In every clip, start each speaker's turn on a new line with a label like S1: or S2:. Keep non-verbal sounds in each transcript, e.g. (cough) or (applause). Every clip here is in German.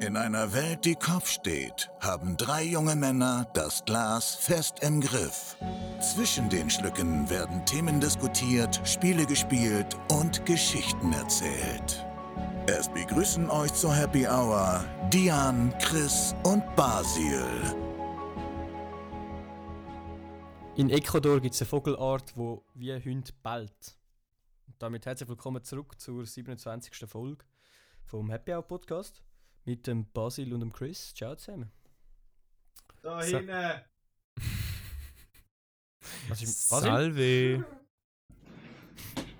S1: In einer Welt, die Kopf steht, haben drei junge Männer das Glas fest im Griff. Zwischen den Schlücken werden Themen diskutiert, Spiele gespielt und Geschichten erzählt. Es begrüßen euch zur Happy Hour Dian, Chris und Basil.
S2: In Ecuador gibt es eine Vogelart, die wie ein Hund bellt. Und damit herzlich willkommen zurück zur 27. Folge vom Happy Hour Podcast mit dem Basil und dem Chris. Ciao zusammen.
S3: Da
S2: So.
S3: hinten!
S2: Was ist Basil?
S4: Salve!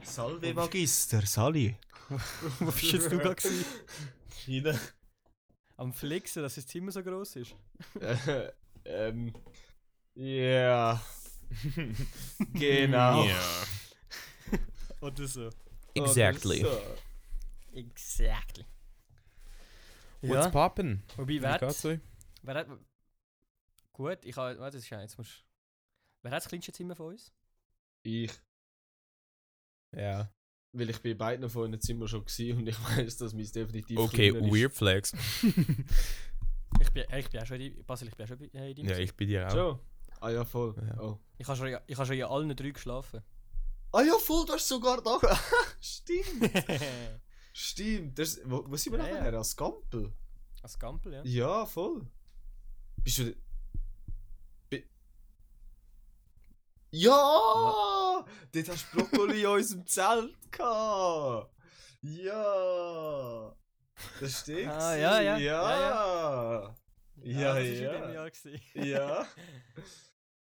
S3: Salve Magister,
S2: (laughs)
S3: Sali.
S2: Wo bist jetzt du gerade? gewesen? (laughs)
S3: Hinten.
S2: Am Flexen, dass das Zimmer so groß ist.
S3: Äh, ähm.
S2: (laughs)
S3: Ja. genau. (laughs)
S2: Oder so.
S4: Exactly.
S3: Oder
S2: Exactly.
S4: What's
S2: Ja,
S4: poppin?
S2: wobei,
S4: Wie
S2: wer,
S4: geht's euch?
S2: wer hat. Gut, ich habe. Warte, das ist ja- jetzt musst Wer hat das kleinste Zimmer von uns?
S3: Ich,
S4: Ja.
S3: weil ich bei beiden von einem Zimmer schon war und ich (laughs) weiß, dass mein definitiv
S4: Okay,
S3: kleiner
S4: Weird Flex.
S2: Ich bin, ich bin auch schon in, Basil, ich bin auch schon in deinem
S4: ja,
S2: Zimmer.
S4: ich bin dir
S3: ist.
S4: auch.
S3: Schon? Ah ja, voll.
S4: Ja.
S3: Oh.
S2: Ich habe schon, in- ich habe schon in allen drei
S4: (laughs)
S2: geschlafen.
S3: Ah ja, voll, du hast sogar
S2: (laughs)
S3: da. Stimmt. Stimmt. Das, wo, wo sind wir
S2: Ja,
S3: nachher? Als Gampel?
S2: Als Gampel, ja.
S3: Ja, voll. Bist du. Bi ja! Dort hast du Brokkoli in unserem Zelt gehabt! Ja! Das stimmt.
S2: Ah, ja, ja,
S3: Ja!
S2: das
S3: Ja,
S2: war in
S3: ja.
S2: dem
S3: Ja.
S2: Jahr. gewesen.
S3: ja.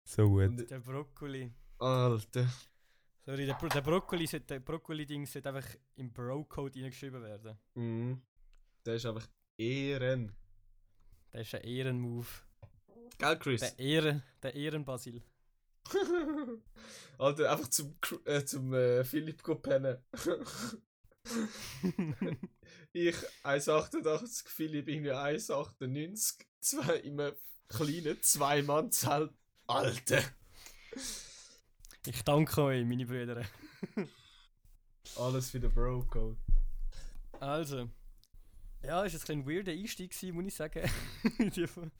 S4: So gut.
S2: (laughs)
S3: Und,
S2: Der Brokkoli.
S3: Alter.
S2: Sorry, der, Bro der Brokkoli sollte, der Brokkoli-Ding sollte einfach im Bro-Code reingeschrieben werden.
S3: Mhm. Der ist einfach Ehren.
S2: Das ist ein Ehrenmove.
S3: Gell, Chris?
S2: Der Ehren, der Ehrenbasil.
S3: (laughs) Alter, einfach zum, Cr- äh, zum äh, Philipp
S2: (laughs)
S3: go pennen. Ich 1,88, Philipp irgendwie 1,98, zwei in einem kleinen Zwei-Mann-Zelt. Alter!
S2: ich danke euch, meine Brüder.
S3: Alles für den Bro-Code.
S2: Also. Ja, ist jetzt ein bisschen ein weirder Einstieg, gewesen, muss ich sagen. (laughs) Die von-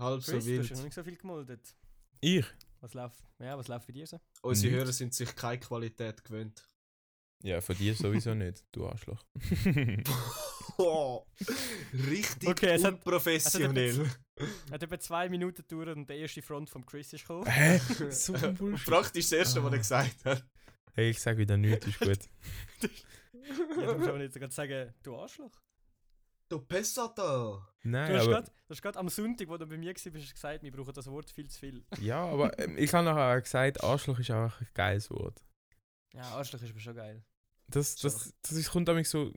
S3: Halb
S2: Chris,
S3: so
S2: du hast ja noch
S3: wild.
S2: nicht so viel gemoldet.
S4: Ich?
S2: Was läuft, ja, was läuft bei dir so?
S3: Unsere
S4: Nicht.
S3: Hörer sind sich keine Qualität gewöhnt.
S4: Ja, von dir sowieso nicht, du (laughs) Arschloch.
S3: Oh, richtig
S2: Okay, es hat- es
S3: unprofessionell.
S2: Hat etwa zwei Minuten gedauert und der erste Front vom Chris ist gekommen.
S4: Hä? So ein Bullshit.
S3: Praktisch das erste, was
S4: Ah.
S3: er gesagt hat.
S4: Hey, ich sag wieder nichts, ist gut.
S2: Ja, du musst aber nicht gerade sagen, du Arschloch.
S3: Du Pessata!
S4: Nein,
S2: Du hast
S4: aber.
S2: grad- du hast gerade am Sonntag, wo du bei mir warst, hast du gesagt, wir brauchen das Wort viel zu viel.
S4: Ja, aber ähm, ich habe nachher auch gesagt, Arschloch ist einfach ein geiles Wort.
S2: Ja, Arschloch ist aber schon geil.
S4: Das, das, das ist, kommt nämlich so.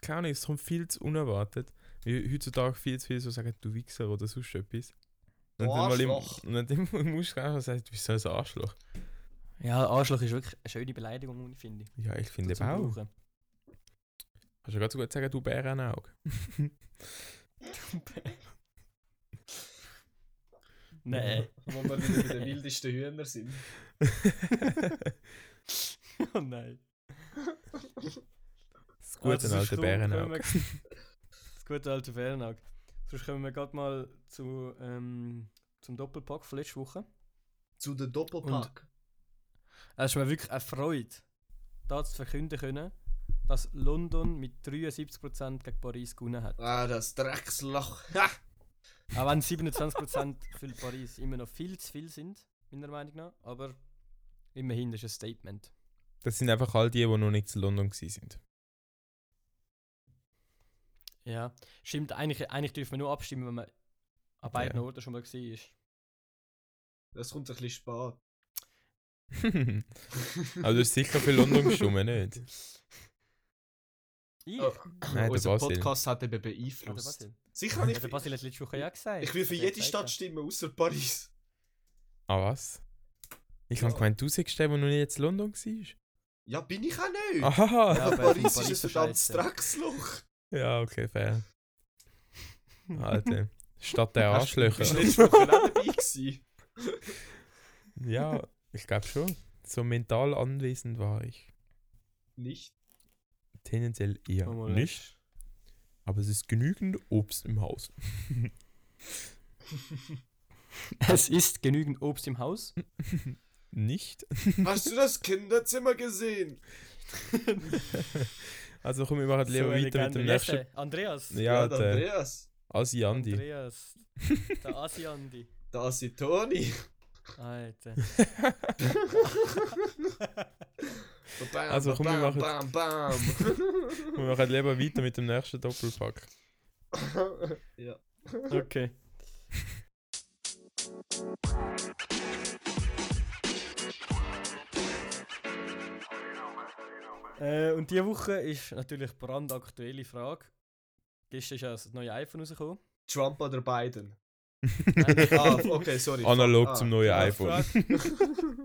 S4: Keine Ahnung, es kommt viel zu unerwartet. Wie heutzutage viel zu viel so sagen, du Wichser oder sonst etwas.
S3: Du
S4: Und dann, mal im,
S3: Arschloch.
S4: und dann (laughs) musst du einfach sagen, du bist so ein Arschloch.
S2: Ja, Arschloch ist wirklich eine schöne Beleidigung, finde ich.
S4: Ja, ich finde
S2: zum
S4: auch.
S2: Brauchen.
S4: Kannst du ganz gut sagen, du Bärenauge.
S2: Nein. (laughs)
S3: Wo wir wieder bei den wildesten Hühnern sind.
S2: oh nein. Ah, Also,
S4: Das gute
S2: sonst
S4: alte
S2: kommen-
S4: Bärenauge.
S2: kommen wir- Das gute alte Bärenauge. Sonst kommen wir gerade mal zu, ähm, zum Doppelpack von letzter Woche.
S3: Zu den Doppelpack.
S2: Es ist mir wirklich eine Freude, da zu verkünden können, dass London mit 73% gegen Paris gewonnen hat.
S3: Ah, das Drecksloch. Ha!
S2: Auch wenn 27% für Paris immer noch viel zu viel sind, meiner Meinung nach. Aber immerhin ist ein Statement.
S4: Das sind einfach all die, die noch nicht in London waren.
S2: Ja, stimmt. Eigentlich, eigentlich dürfen wir nur abstimmen, wenn man an beiden
S4: Ja.
S2: Orten schon mal war.
S3: Das kommt ein bisschen (laughs) spät.
S4: (laughs) Aber du hast Also, sicher für London gestimmt, nicht?
S2: Ich?
S3: Oh,
S4: Nein, der
S3: Unser
S4: Basil.
S3: Podcast hat eben
S2: Ah, der
S3: beeinflusst.
S2: Basil.
S3: Sicher
S2: Ja,
S3: habe ich.
S2: der Basil hat letzte Woche ja gesagt.
S3: Ich will für
S2: Hat er
S3: jede
S2: gesagt,
S3: Stadt
S2: ja.
S3: stimmen, außer Paris.
S4: Ah, was? Ich
S3: Ja.
S4: habe gemeint, du sagst der, der noch nicht in London war.
S3: Ja, bin ich auch nicht.
S4: Aha!
S2: Ja, aber von
S3: Paris
S2: Paris
S3: ist ein
S2: ist
S3: verdammtes
S2: scheisse.
S3: Drecksloch.
S4: Ja, okay, fair. Alter. Statt der
S3: Hast-
S4: Arschlöcher.
S3: Bist du letzte Woche auch dabei gewesen?
S4: Ja, ich glaube schon. So mental anwesend war ich.
S3: Nicht.
S4: Tendenziell eher
S2: Mal
S4: nicht. Aber es ist genügend Obst im Haus.
S2: Es ist genügend Obst im Haus.
S4: Nicht?
S3: Hast du das Kinderzimmer gesehen?
S4: Also komm, wir machen lieber
S2: eine
S4: weiter mit
S2: Legende.
S4: dem
S2: Wie heißt
S4: nächsten.
S2: der? Andreas.
S4: Ja,
S3: der
S4: der
S3: Andreas.
S4: Asiandi.
S2: Andreas. Der
S4: (laughs)
S2: Asiandi.
S3: Das ist Toni.
S2: Alter.
S3: Bam,
S4: Also, komm, wir
S3: bam,
S4: machen-
S3: Bam, bam.
S4: Wir machen lieber weiter mit dem nächsten (laughs) Doppelpack. (laughs)
S3: ja.
S2: Okay. (laughs) Äh, und diese Woche ist natürlich brandaktuelle Frage. Gestern ist ja das neue iPhone (laughs) rausgekommen. Äh,
S3: Trump oder Biden?
S2: Nein,
S4: (laughs)
S3: Ah, okay, sorry.
S4: Analog
S3: Ah,
S4: zum
S3: (laughs)
S4: neuen iPhone.
S2: Frage.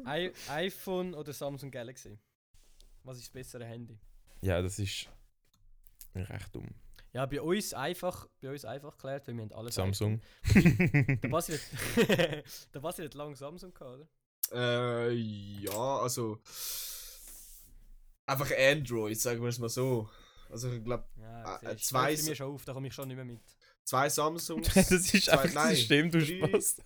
S2: I iPhone oder Samsung Galaxy? Was ist das bessere Handy?
S4: Ja, das ist recht dumm.
S2: Ja, bei uns einfach, bei uns einfach geklärt, weil wir haben alles.
S4: Samsung.
S2: Der Basil hat, (laughs) der Basil hat lange Samsung gehabt, oder?
S3: Äh, ja, also. Einfach Android, sagen wir es mal so. Also, ich glaube,
S2: Ja,
S3: Ah, äh,
S2: siehst du.
S3: zwei
S2: Hört
S3: Sa-
S2: mir schon auf, da komme ich schon nicht mehr mit.
S3: zwei Samsungs.
S4: (laughs) (laughs) das ist einfach
S3: nein,
S4: das System, du
S3: drei-
S4: Spaß.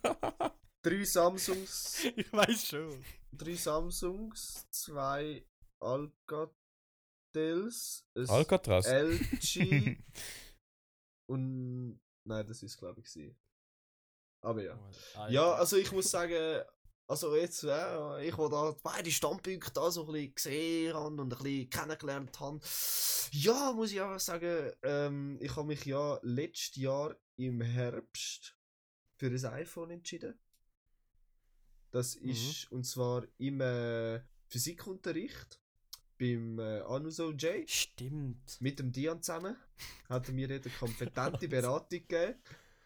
S3: Drei Samsungs.
S2: (laughs) Ich weiß schon.
S3: Drei Samsungs. Zwei Alcatels. ein
S4: Alcatraz. (laughs)
S3: LG. und. Nein, das ist, glaube ich, sie. Aber ja. Ja, also ich muss sagen, also jetzt, äh, ich, wo da beide Standpunkte da so ein bisschen gesehen habe und ein bisschen kennengelernt habe, ja, muss ich einfach sagen, ähm, ich habe mich ja letztes Jahr im Herbst für ein iPhone entschieden. Das
S2: Mhm.
S3: ist, und zwar im äh, Physikunterricht beim äh, Anuso J.
S2: Stimmt.
S3: Mit dem Dian zusammen hat er mir dort eine kompetente Beratung gegeben.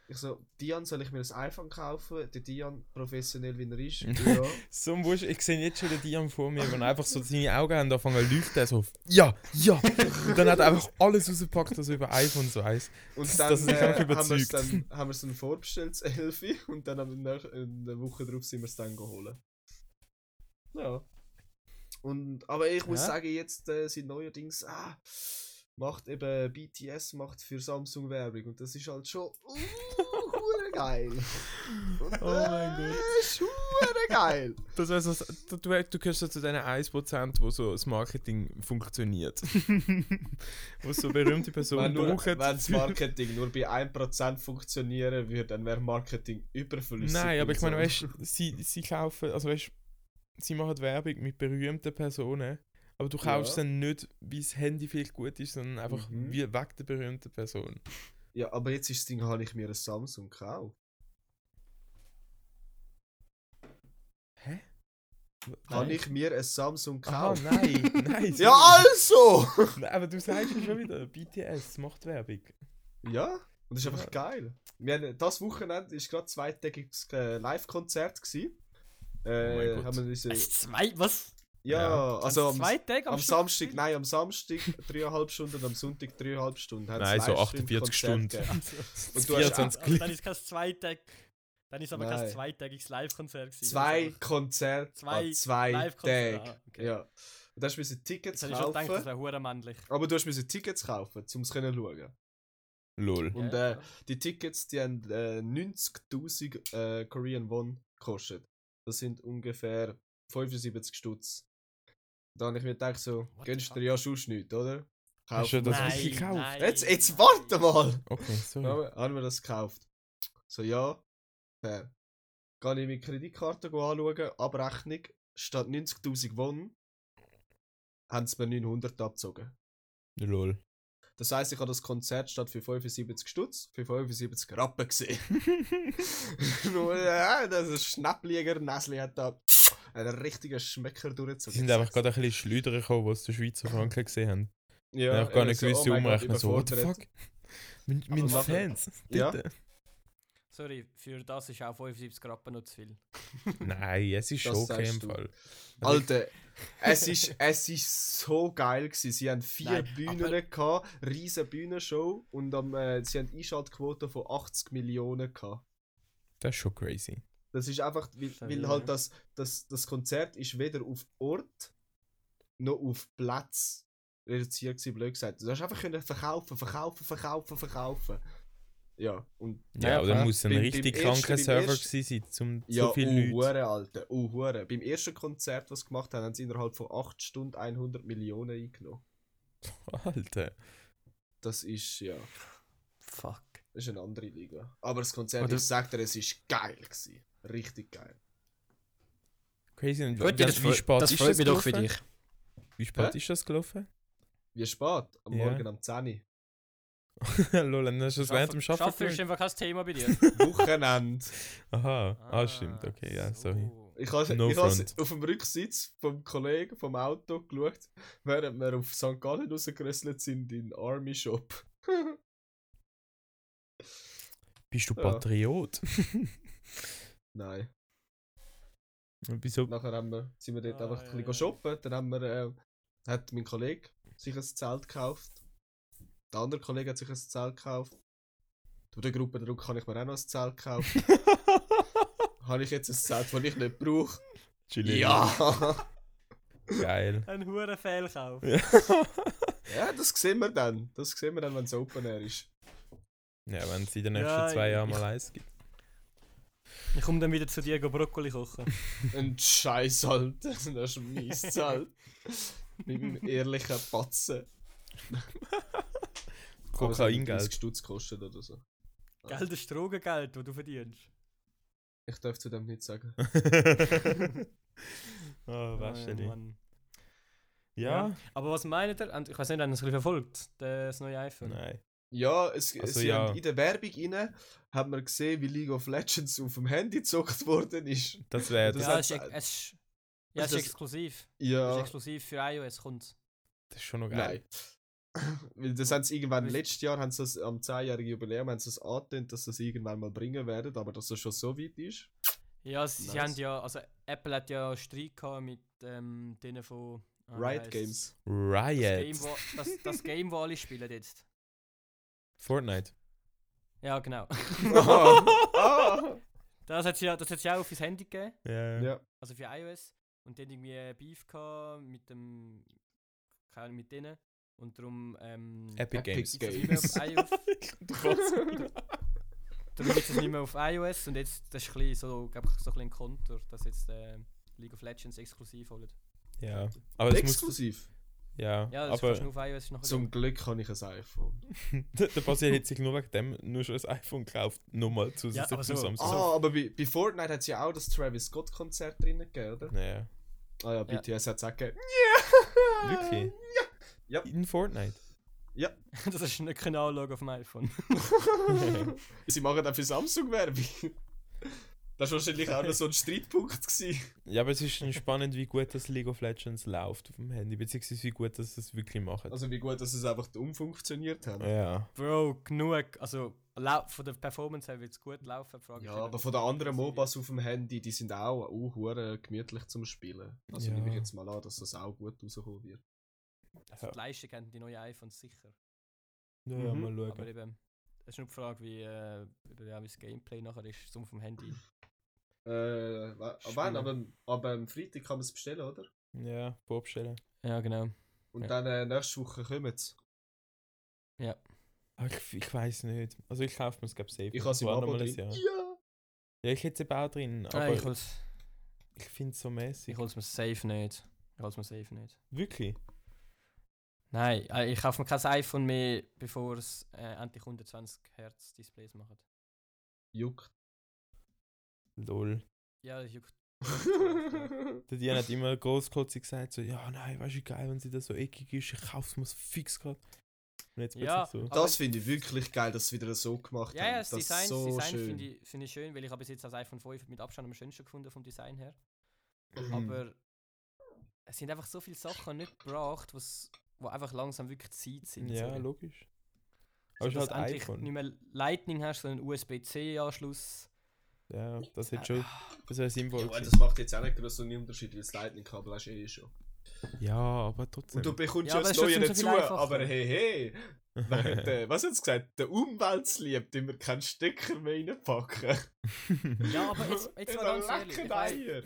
S3: Ich so, Dian, soll ich mir ein iPhone kaufen? Der Dian, professionell wie er ist. Ja.
S4: So ein Wusch, ich sehe jetzt schon den Diam vor mir, wenn einfach so seine Augen haben angefangen zu leuchten, so ja, ja. (laughs) Und dann hat er einfach alles rausgepackt, was er über iPhone so heißt.
S3: Und
S4: Das-
S3: dann
S4: das ist
S3: äh,
S4: einfach
S3: haben wir es
S4: überzeugt.
S3: dann, haben wir's dann vorbestellt, das Elfi, und dann haben wir nach, in der Woche drauf sind wir es dann geholt. Ja. Und, aber ich muss
S2: Ja.
S3: sagen, jetzt äh, sind neuerdings, ah, macht eben BTS macht für Samsung Werbung und das ist halt schon uh, hure geil. Und,
S4: (laughs) Oh mein Gott.
S3: Das ist hure
S4: (laughs)
S3: geil.
S4: Das heißt, was- du, du du gehörst so zu den 1%, wo so das Marketing (laughs) funktioniert. wo so berühmte Personen
S3: Wenn nur,
S4: brauchen.
S3: wenn das Marketing nur bei 1% funktionieren würde, dann wäre Marketing überflüssig.
S4: Nein, aber
S3: und
S4: ich meine,
S3: so.
S4: weißt du, sie, sie kaufen, also weißt du, sie machen Werbung mit berühmten Personen, aber du kaufst
S3: Ja.
S4: dann nicht, wie das Handy viel gut ist, sondern einfach
S3: Mhm.
S4: wie wegen der berühmten Person.
S3: Ja, aber jetzt ist das Ding, habe ich mir ein Samsung gekauft.
S4: Hä?
S3: Habe ich mir ein Samsung
S4: Ah,
S3: gekauft?
S4: nein, nein.
S3: (laughs) ja,
S4: sorry.
S3: also!
S4: Nein, aber du sagst ja schon wieder, BTS macht Werbung.
S3: ja, und das ist einfach geil. Wir haben, das Wochenende war gerade zweitägiges äh, Live-Konzert. gewesen. Äh,
S4: Oh mein Gott.
S3: haben wir unsere,
S2: Es zwei, was?
S3: ja,
S4: Ja.
S3: also
S2: An
S3: am,
S2: zwei Tage
S3: am
S2: (laughs)
S3: Samstag, nein, am Samstag (laughs) dreieinhalb Stunden und am Sonntag dreieinhalb Stunden. hat's
S4: Nein, so
S3: Livestream-Konzert
S4: 48 Stunden.
S3: gegeben.
S2: Also,
S3: Und du hast
S4: 24
S2: also, dann ist kein Zweitag. Dann ist aber
S3: Nein.
S2: kein zweitägiges Live-Konzert gewesen.
S3: Zwei
S2: Also,
S3: Konzerte
S2: Zwei
S3: an zwei
S2: Live-Konzerte,
S3: Tagen.
S2: ah, okay.
S3: Ja. Und da hast du müssen Tickets
S2: Jetzt hätte ich schon gedacht, das
S3: kaufen.
S2: wäre hurenmännlich.
S3: Aber du hast müssen Tickets kaufen, um es zu schauen.
S4: Lol.
S3: Und
S2: Ja,
S3: äh, die Tickets, die haben äh, 90.000 äh, Korean Won gekostet. Das sind ungefähr 75 Stutz. Da habe ich mir gedacht, so,
S2: What the
S3: gönnst du
S2: fuck?
S3: dir ja schon nicht, oder?
S4: Hast du
S3: Kauf
S4: das
S3: mal.
S4: wirklich gekauft?
S3: Jetzt, jetzt warte mal!
S4: Okay, sorry.
S3: Ja, haben wir das gekauft? So, ja, fair. Kann ich meine Kreditkarte go anschauen, Abrechnung, statt 90.000 Won, haben sie mir 900 abgezogen.
S4: Lol.
S3: Das heisst, ich habe das Konzert statt für 75 Stutz für 75 Rappen
S2: (laughs)
S3: gesehen. Nur, ja, das Schnappliger Näsli hat da einen richtigen Schmecker
S4: Sie
S3: durchgezogen.
S4: sind einfach gerade ein bisschen Schleuder gekommen, die sie den Schweizer Franken gesehen haben.
S3: ja,
S4: Ja, ich gar
S3: eben
S4: nicht gewusst,
S3: oh
S4: sie
S3: mein Gott,
S4: umrechnen. So, what the
S3: überfordert.
S4: fuck? Mein, mein
S3: Aber-
S4: Fans,
S3: Ja.
S4: bitte. (laughs)
S2: Sorry, für das ist auch 75 Rappen noch zu viel.
S4: Nein, es ist
S3: Das
S4: schon okay
S3: sagst
S4: im
S3: du.
S4: Fall.
S3: Alter, es ist, es ist so geil gewesen. Sie haben vier
S2: Nein, aber-
S3: Bühnen gehabt, riesen Bühnenshow und am, äh, sie haben Einschaltquote von 80 Millionen gehabt.
S4: Das ist schon crazy.
S3: Das ist einfach, weil,
S2: Verstehe,
S3: weil
S2: ja.
S3: halt das, das, das Konzert ist weder auf Ort noch auf Platz reduziert gewesen, blöd gesagt. Du hast einfach können verkaufen, verkaufen, verkaufen, verkaufen. Ja, und
S4: Ja,
S2: Ja,
S4: oder
S2: klar.
S4: muss ein
S3: Beim-
S4: richtig
S3: beim
S4: kranker
S3: ersten- beim
S4: Server
S3: ersten-
S4: gewesen sein, um
S3: ja,
S4: so viele
S3: uh,
S4: Leute.
S3: Hure, Alter, uh, Hure. Beim ersten Konzert, was sie gemacht haben, haben sie innerhalb von 8 Stunden 100 Millionen eingenommen.
S4: Alter.
S3: Das ist, ja,
S2: Fuck.
S3: das ist eine andere Liga. Aber das Konzert,
S2: Oder-
S3: ich sag dir, es ist geil gewesen. Richtig geil.
S4: Crazy. Und
S2: Gut,
S4: wie-
S2: das,
S4: wie spät
S2: das
S4: ist
S2: freut
S4: das
S2: mich doch für
S4: gelaufen?
S2: dich.
S4: Wie spät
S3: Hä?
S4: ist das gelaufen? (laughs)
S3: Wie spät? Am
S4: Ja.
S3: Morgen um 10 Uhr.
S4: Lol, dann hast du das während dem Schaffen
S2: Schaffen ist
S4: gemacht?
S2: einfach kein Thema bei
S4: (laughs)
S2: dir.
S3: Wochenende.
S4: Aha, ah, stimmt, okay, ja, sorry.
S3: Ich habe
S4: No
S3: ich has
S4: front.
S3: auf dem Rücksitz vom Kollegen vom Auto geschaut, während wir auf St. Gallen rausgerüsselt sind in den Army Shop. (laughs)
S4: Bist du
S3: Ja.
S4: Patriot? (laughs)
S3: Nein.
S4: Wieso?
S3: Nachher haben wir, sind wir dort
S2: Ah,
S3: einfach
S2: ja,
S3: ein bisschen
S2: ja.
S3: shoppen. Dann haben wir, äh, hat mein Kollege sich ein Zelt gekauft. Der andere Kollege hat sich ein Zelt gekauft. Durch den Gruppendruck habe ich mir auch noch ein
S2: (laughs)
S3: Zelt gekauft. habe ich jetzt ein Zelt, das ich nicht brauche?
S4: Chillen.
S3: Ja!
S4: Geil.
S2: (laughs) Ein hoher Fehlkauf.
S3: (laughs)
S4: Ja.
S3: ja, das sehen wir dann. Das sehen wir dann, wenn es Open Air ist.
S4: ja, wenn es in den
S2: Ja,
S4: nächsten zwei
S2: ich-
S4: Jahren
S2: ich-
S4: mal eins gibt.
S2: Ich komme dann wieder zu dir go Brokkoli
S3: (laughs)
S2: kochen.
S3: Ein Scheiß, Alter. (laughs) Das ist ein mies
S4: (laughs)
S3: Zelt. Mit meinem ehrlichen Patzen. Aber es hat mich
S4: Kokaingeld.
S3: 30
S4: (laughs)
S3: Stutz gekostet oder so.
S2: Geld ist Drogengeld, das du verdienst.
S3: Ich darf zu dem nicht sagen. (laughs)
S4: oh,
S2: Ah,
S4: wahrscheinlich.
S2: Mann.
S4: ja?
S2: Aber was meint ihr? Und Ich weiß nicht, haben ihr das ein bisschen verfolgt, das neue iPhone?
S4: Nein.
S3: Ja, es,
S4: Also
S3: sie
S4: ja.
S3: Haben in der Werbung rein, haben wir gesehen, wie League of Legends auf dem Handy gezockt worden ist.
S4: Das wäre
S3: Das
S4: das,
S2: ja,
S3: hat-
S2: es ist, es ist, ja, es
S3: Also
S2: ist
S3: das-
S2: exklusiv. Es ist
S3: Ja,
S2: exklusiv für iOS, kommt.
S4: das ist schon noch
S3: nein.
S4: geil.
S3: (laughs) Weil das haben sie irgendwann
S2: Ich-
S3: letztes Jahr, haben sie das am 10-jährigen Jubiläum, haben sie das angetönt, dass sie es irgendwann mal bringen werden, aber dass es schon so weit ist.
S2: Ja, sie, sie
S3: Nice.
S2: haben ja, also Apple hat ja einen Streit gehabt mit ähm, denen von ah, wie
S3: Riot
S2: heisst's?
S3: Games. (laughs)
S4: (laughs)
S2: Das
S4: Riot.
S2: Game, wo, das, das Game, wo alle spielen jetzt.
S4: Fortnite.
S2: Ja, genau.
S3: ah,
S2: Das hat sie ja, das hat sie auch auf das Handy gegeben.
S4: Ja.
S3: ja.
S2: also für iOS und dann irgendwie äh, Beef gehabt mit dem keine Ahnung, mit denen und darum ähm,
S4: Epic,
S3: Epic
S4: Games.
S2: gibt's
S3: Games.
S2: das
S3: (laughs)
S2: nicht mehr auf iOS
S4: Games.
S2: darum gibt es nicht mehr auf iOS und jetzt das ist ein bisschen so glaube ich so ein bisschen ein Konter dass jetzt äh, League of Legends exklusiv holt
S4: ja. Aber das muss.
S3: Exklusiv.
S4: Ja,
S2: ja das kannst du
S4: (laughs) aber
S2: nur auf iOS nachher
S3: Zum Glück habe ich ein iPhone.
S4: der der Basi hat sich nur wegen dem nur schon ein iPhone gekauft. Nochmal zusätzlich
S2: aber so-
S4: zu Samsung.
S3: Ah, aber bei, bei Fortnite hat es ja auch das Travis Scott-Konzert drin gegeben, oder?
S4: Naja.
S3: Ah ja, BTS hat es auch gegeben.
S4: Wirklich?
S3: Ja.
S4: In Fortnite. (laughs)
S2: gehen. (laughs) das ist nicht genau anschauen auf dem iPhone
S3: Sie machen dann für Samsung Werbung. (laughs) Das war wahrscheinlich auch noch so ein Streitpunkt. Gewesen.
S4: Ja, aber es ist schon spannend, wie gut das League of Legends läuft auf dem Handy, beziehungsweise wie gut dass sie es wirklich machen.
S3: Also wie gut, dass sie es einfach umfunktioniert haben.
S4: ja.
S2: (laughs) Bro genug also lau- von der Performance her wird es gut laufen die Frage
S3: Ja,
S2: ist eben,
S3: aber von den anderen
S2: wie-
S3: MOBAs auf dem Handy, die sind auch uh, hure gemütlich zum Spielen. Also
S4: Ja.
S3: nehme ich jetzt mal an, dass das auch gut rauskommen wird.
S2: also die Leistung haben die neuen iPhones sicher
S4: Ja,
S3: Mhm.
S4: mal schauen.
S2: Aber eben, es ist nur die Frage, wie, äh, ja, wie das Gameplay nachher ist, zum vom Handy.
S3: Äh, wa- ab wann?
S2: Spielen.
S3: Aber, aber am Freitag kann man es bestellen, oder?
S4: Ja, vorbestellen.
S2: Ja, genau.
S3: Und
S2: Ja.
S3: dann äh, nächste Woche kommen sie.
S4: Aber ich, ich weiß nicht. Also ich kaufe mir es, glaube safe.
S3: Ich habe es im
S4: War
S3: Abo
S4: nochmal ein
S3: drin.
S4: Jahr.
S3: Ja!
S4: Ja, ich hätte es eben auch drin, aber
S2: Ah, ich
S4: ich,
S2: hol's,
S4: finde es so
S2: ich
S4: mäßig.
S2: hol's mir safe nicht. Ich hol's mir safe nicht.
S4: Wirklich?
S2: Nein, äh, ich kaufe mir kein iPhone mehr, bevor es äh, endlich 120 Hertz Displays macht.
S3: Juckt.
S4: Lol.
S2: Ja, das juckt. (laughs)
S4: Der Dian hat immer großkotzig gesagt, so, ja, nein, weißt du, geil, wenn sie da so eckig ist, ich kaufe es mir fix gerade. Und jetzt
S2: Ja.
S4: plötzlich so.
S3: Das finde ich wirklich geil, dass sie wieder so gemacht
S2: Ja,
S3: haben.
S2: ja, das
S3: ist
S2: Design,
S3: so
S2: das Design
S3: schön.
S2: finde ich, find ich schön, weil ich habe bis jetzt das iPhone 5 mit Abstand am schönsten gefunden vom Design her.
S3: Mhm.
S2: Aber es sind einfach so viele Sachen nicht gebracht, was, wo einfach langsam wirklich Zeit sind.
S4: Ja,
S2: sorry. Also
S4: logisch.
S2: So,
S4: Aber es ist
S2: dass
S4: halt
S2: du endlich
S4: iPhone.
S2: nicht mehr Lightning hast, sondern
S4: (laughs)
S2: USB-C-Anschluss.
S4: Ja, das hätte
S2: Äh,
S4: schon, das wäre sinnvoll
S3: Ja, weil
S4: gewesen.
S3: das macht jetzt auch nicht großen Unterschied, weil das Lightning-Kabel hast du eh schon.
S4: Ja, aber trotzdem.
S3: Und du bekommst
S2: Ja,
S3: ja,
S2: aber
S3: das
S2: es ist trotzdem
S3: Neue dazu,
S2: so viel einfacher.
S3: aber hey, hey, (laughs) wegen der, was hat's gesagt? Der Umwelt liebt, immer keinen Stecker mehr reinpacken. (laughs)
S2: Ja, aber jetzt, jetzt mal ganz ehrlich. Ich
S3: lecken
S2: weiss,
S3: Eier.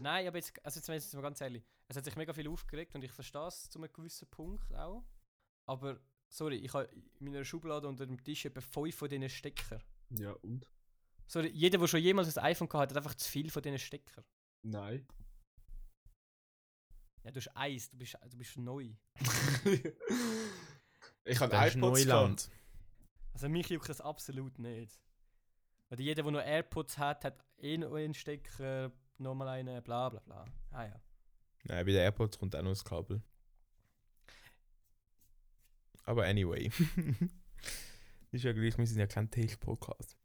S2: Nein, aber jetzt, also jetzt, jetzt mal ganz ehrlich, es hat sich mega viel aufgeregt und ich verstehe es zu einem gewissen Punkt auch. Aber, sorry, ich habe in meiner Schublade unter dem Tisch etwa fünf von diesen Stecker.
S3: Ja, und?
S2: Sorry, jeder, der schon jemals ein iPhone gehabt hat, hat einfach zu viel von diesen Stecker.
S3: Nein. (laughs)
S2: Ja, du hast eins, du bist, du bist neu.
S3: ich habe
S4: Das
S3: iPods
S4: ist
S3: gehabt.
S4: Neuland.
S2: Also mich juckt das absolut nicht. Weil jeder, der noch AirPods hat, hat eh noch einen Stecker, nochmal einen, bla bla bla. Ah ja.
S4: Nein, bei den AirPods kommt auch noch das Kabel. Aber anyway. (laughs) ist ja gleich, wir sind ja kein Tech-Podcast.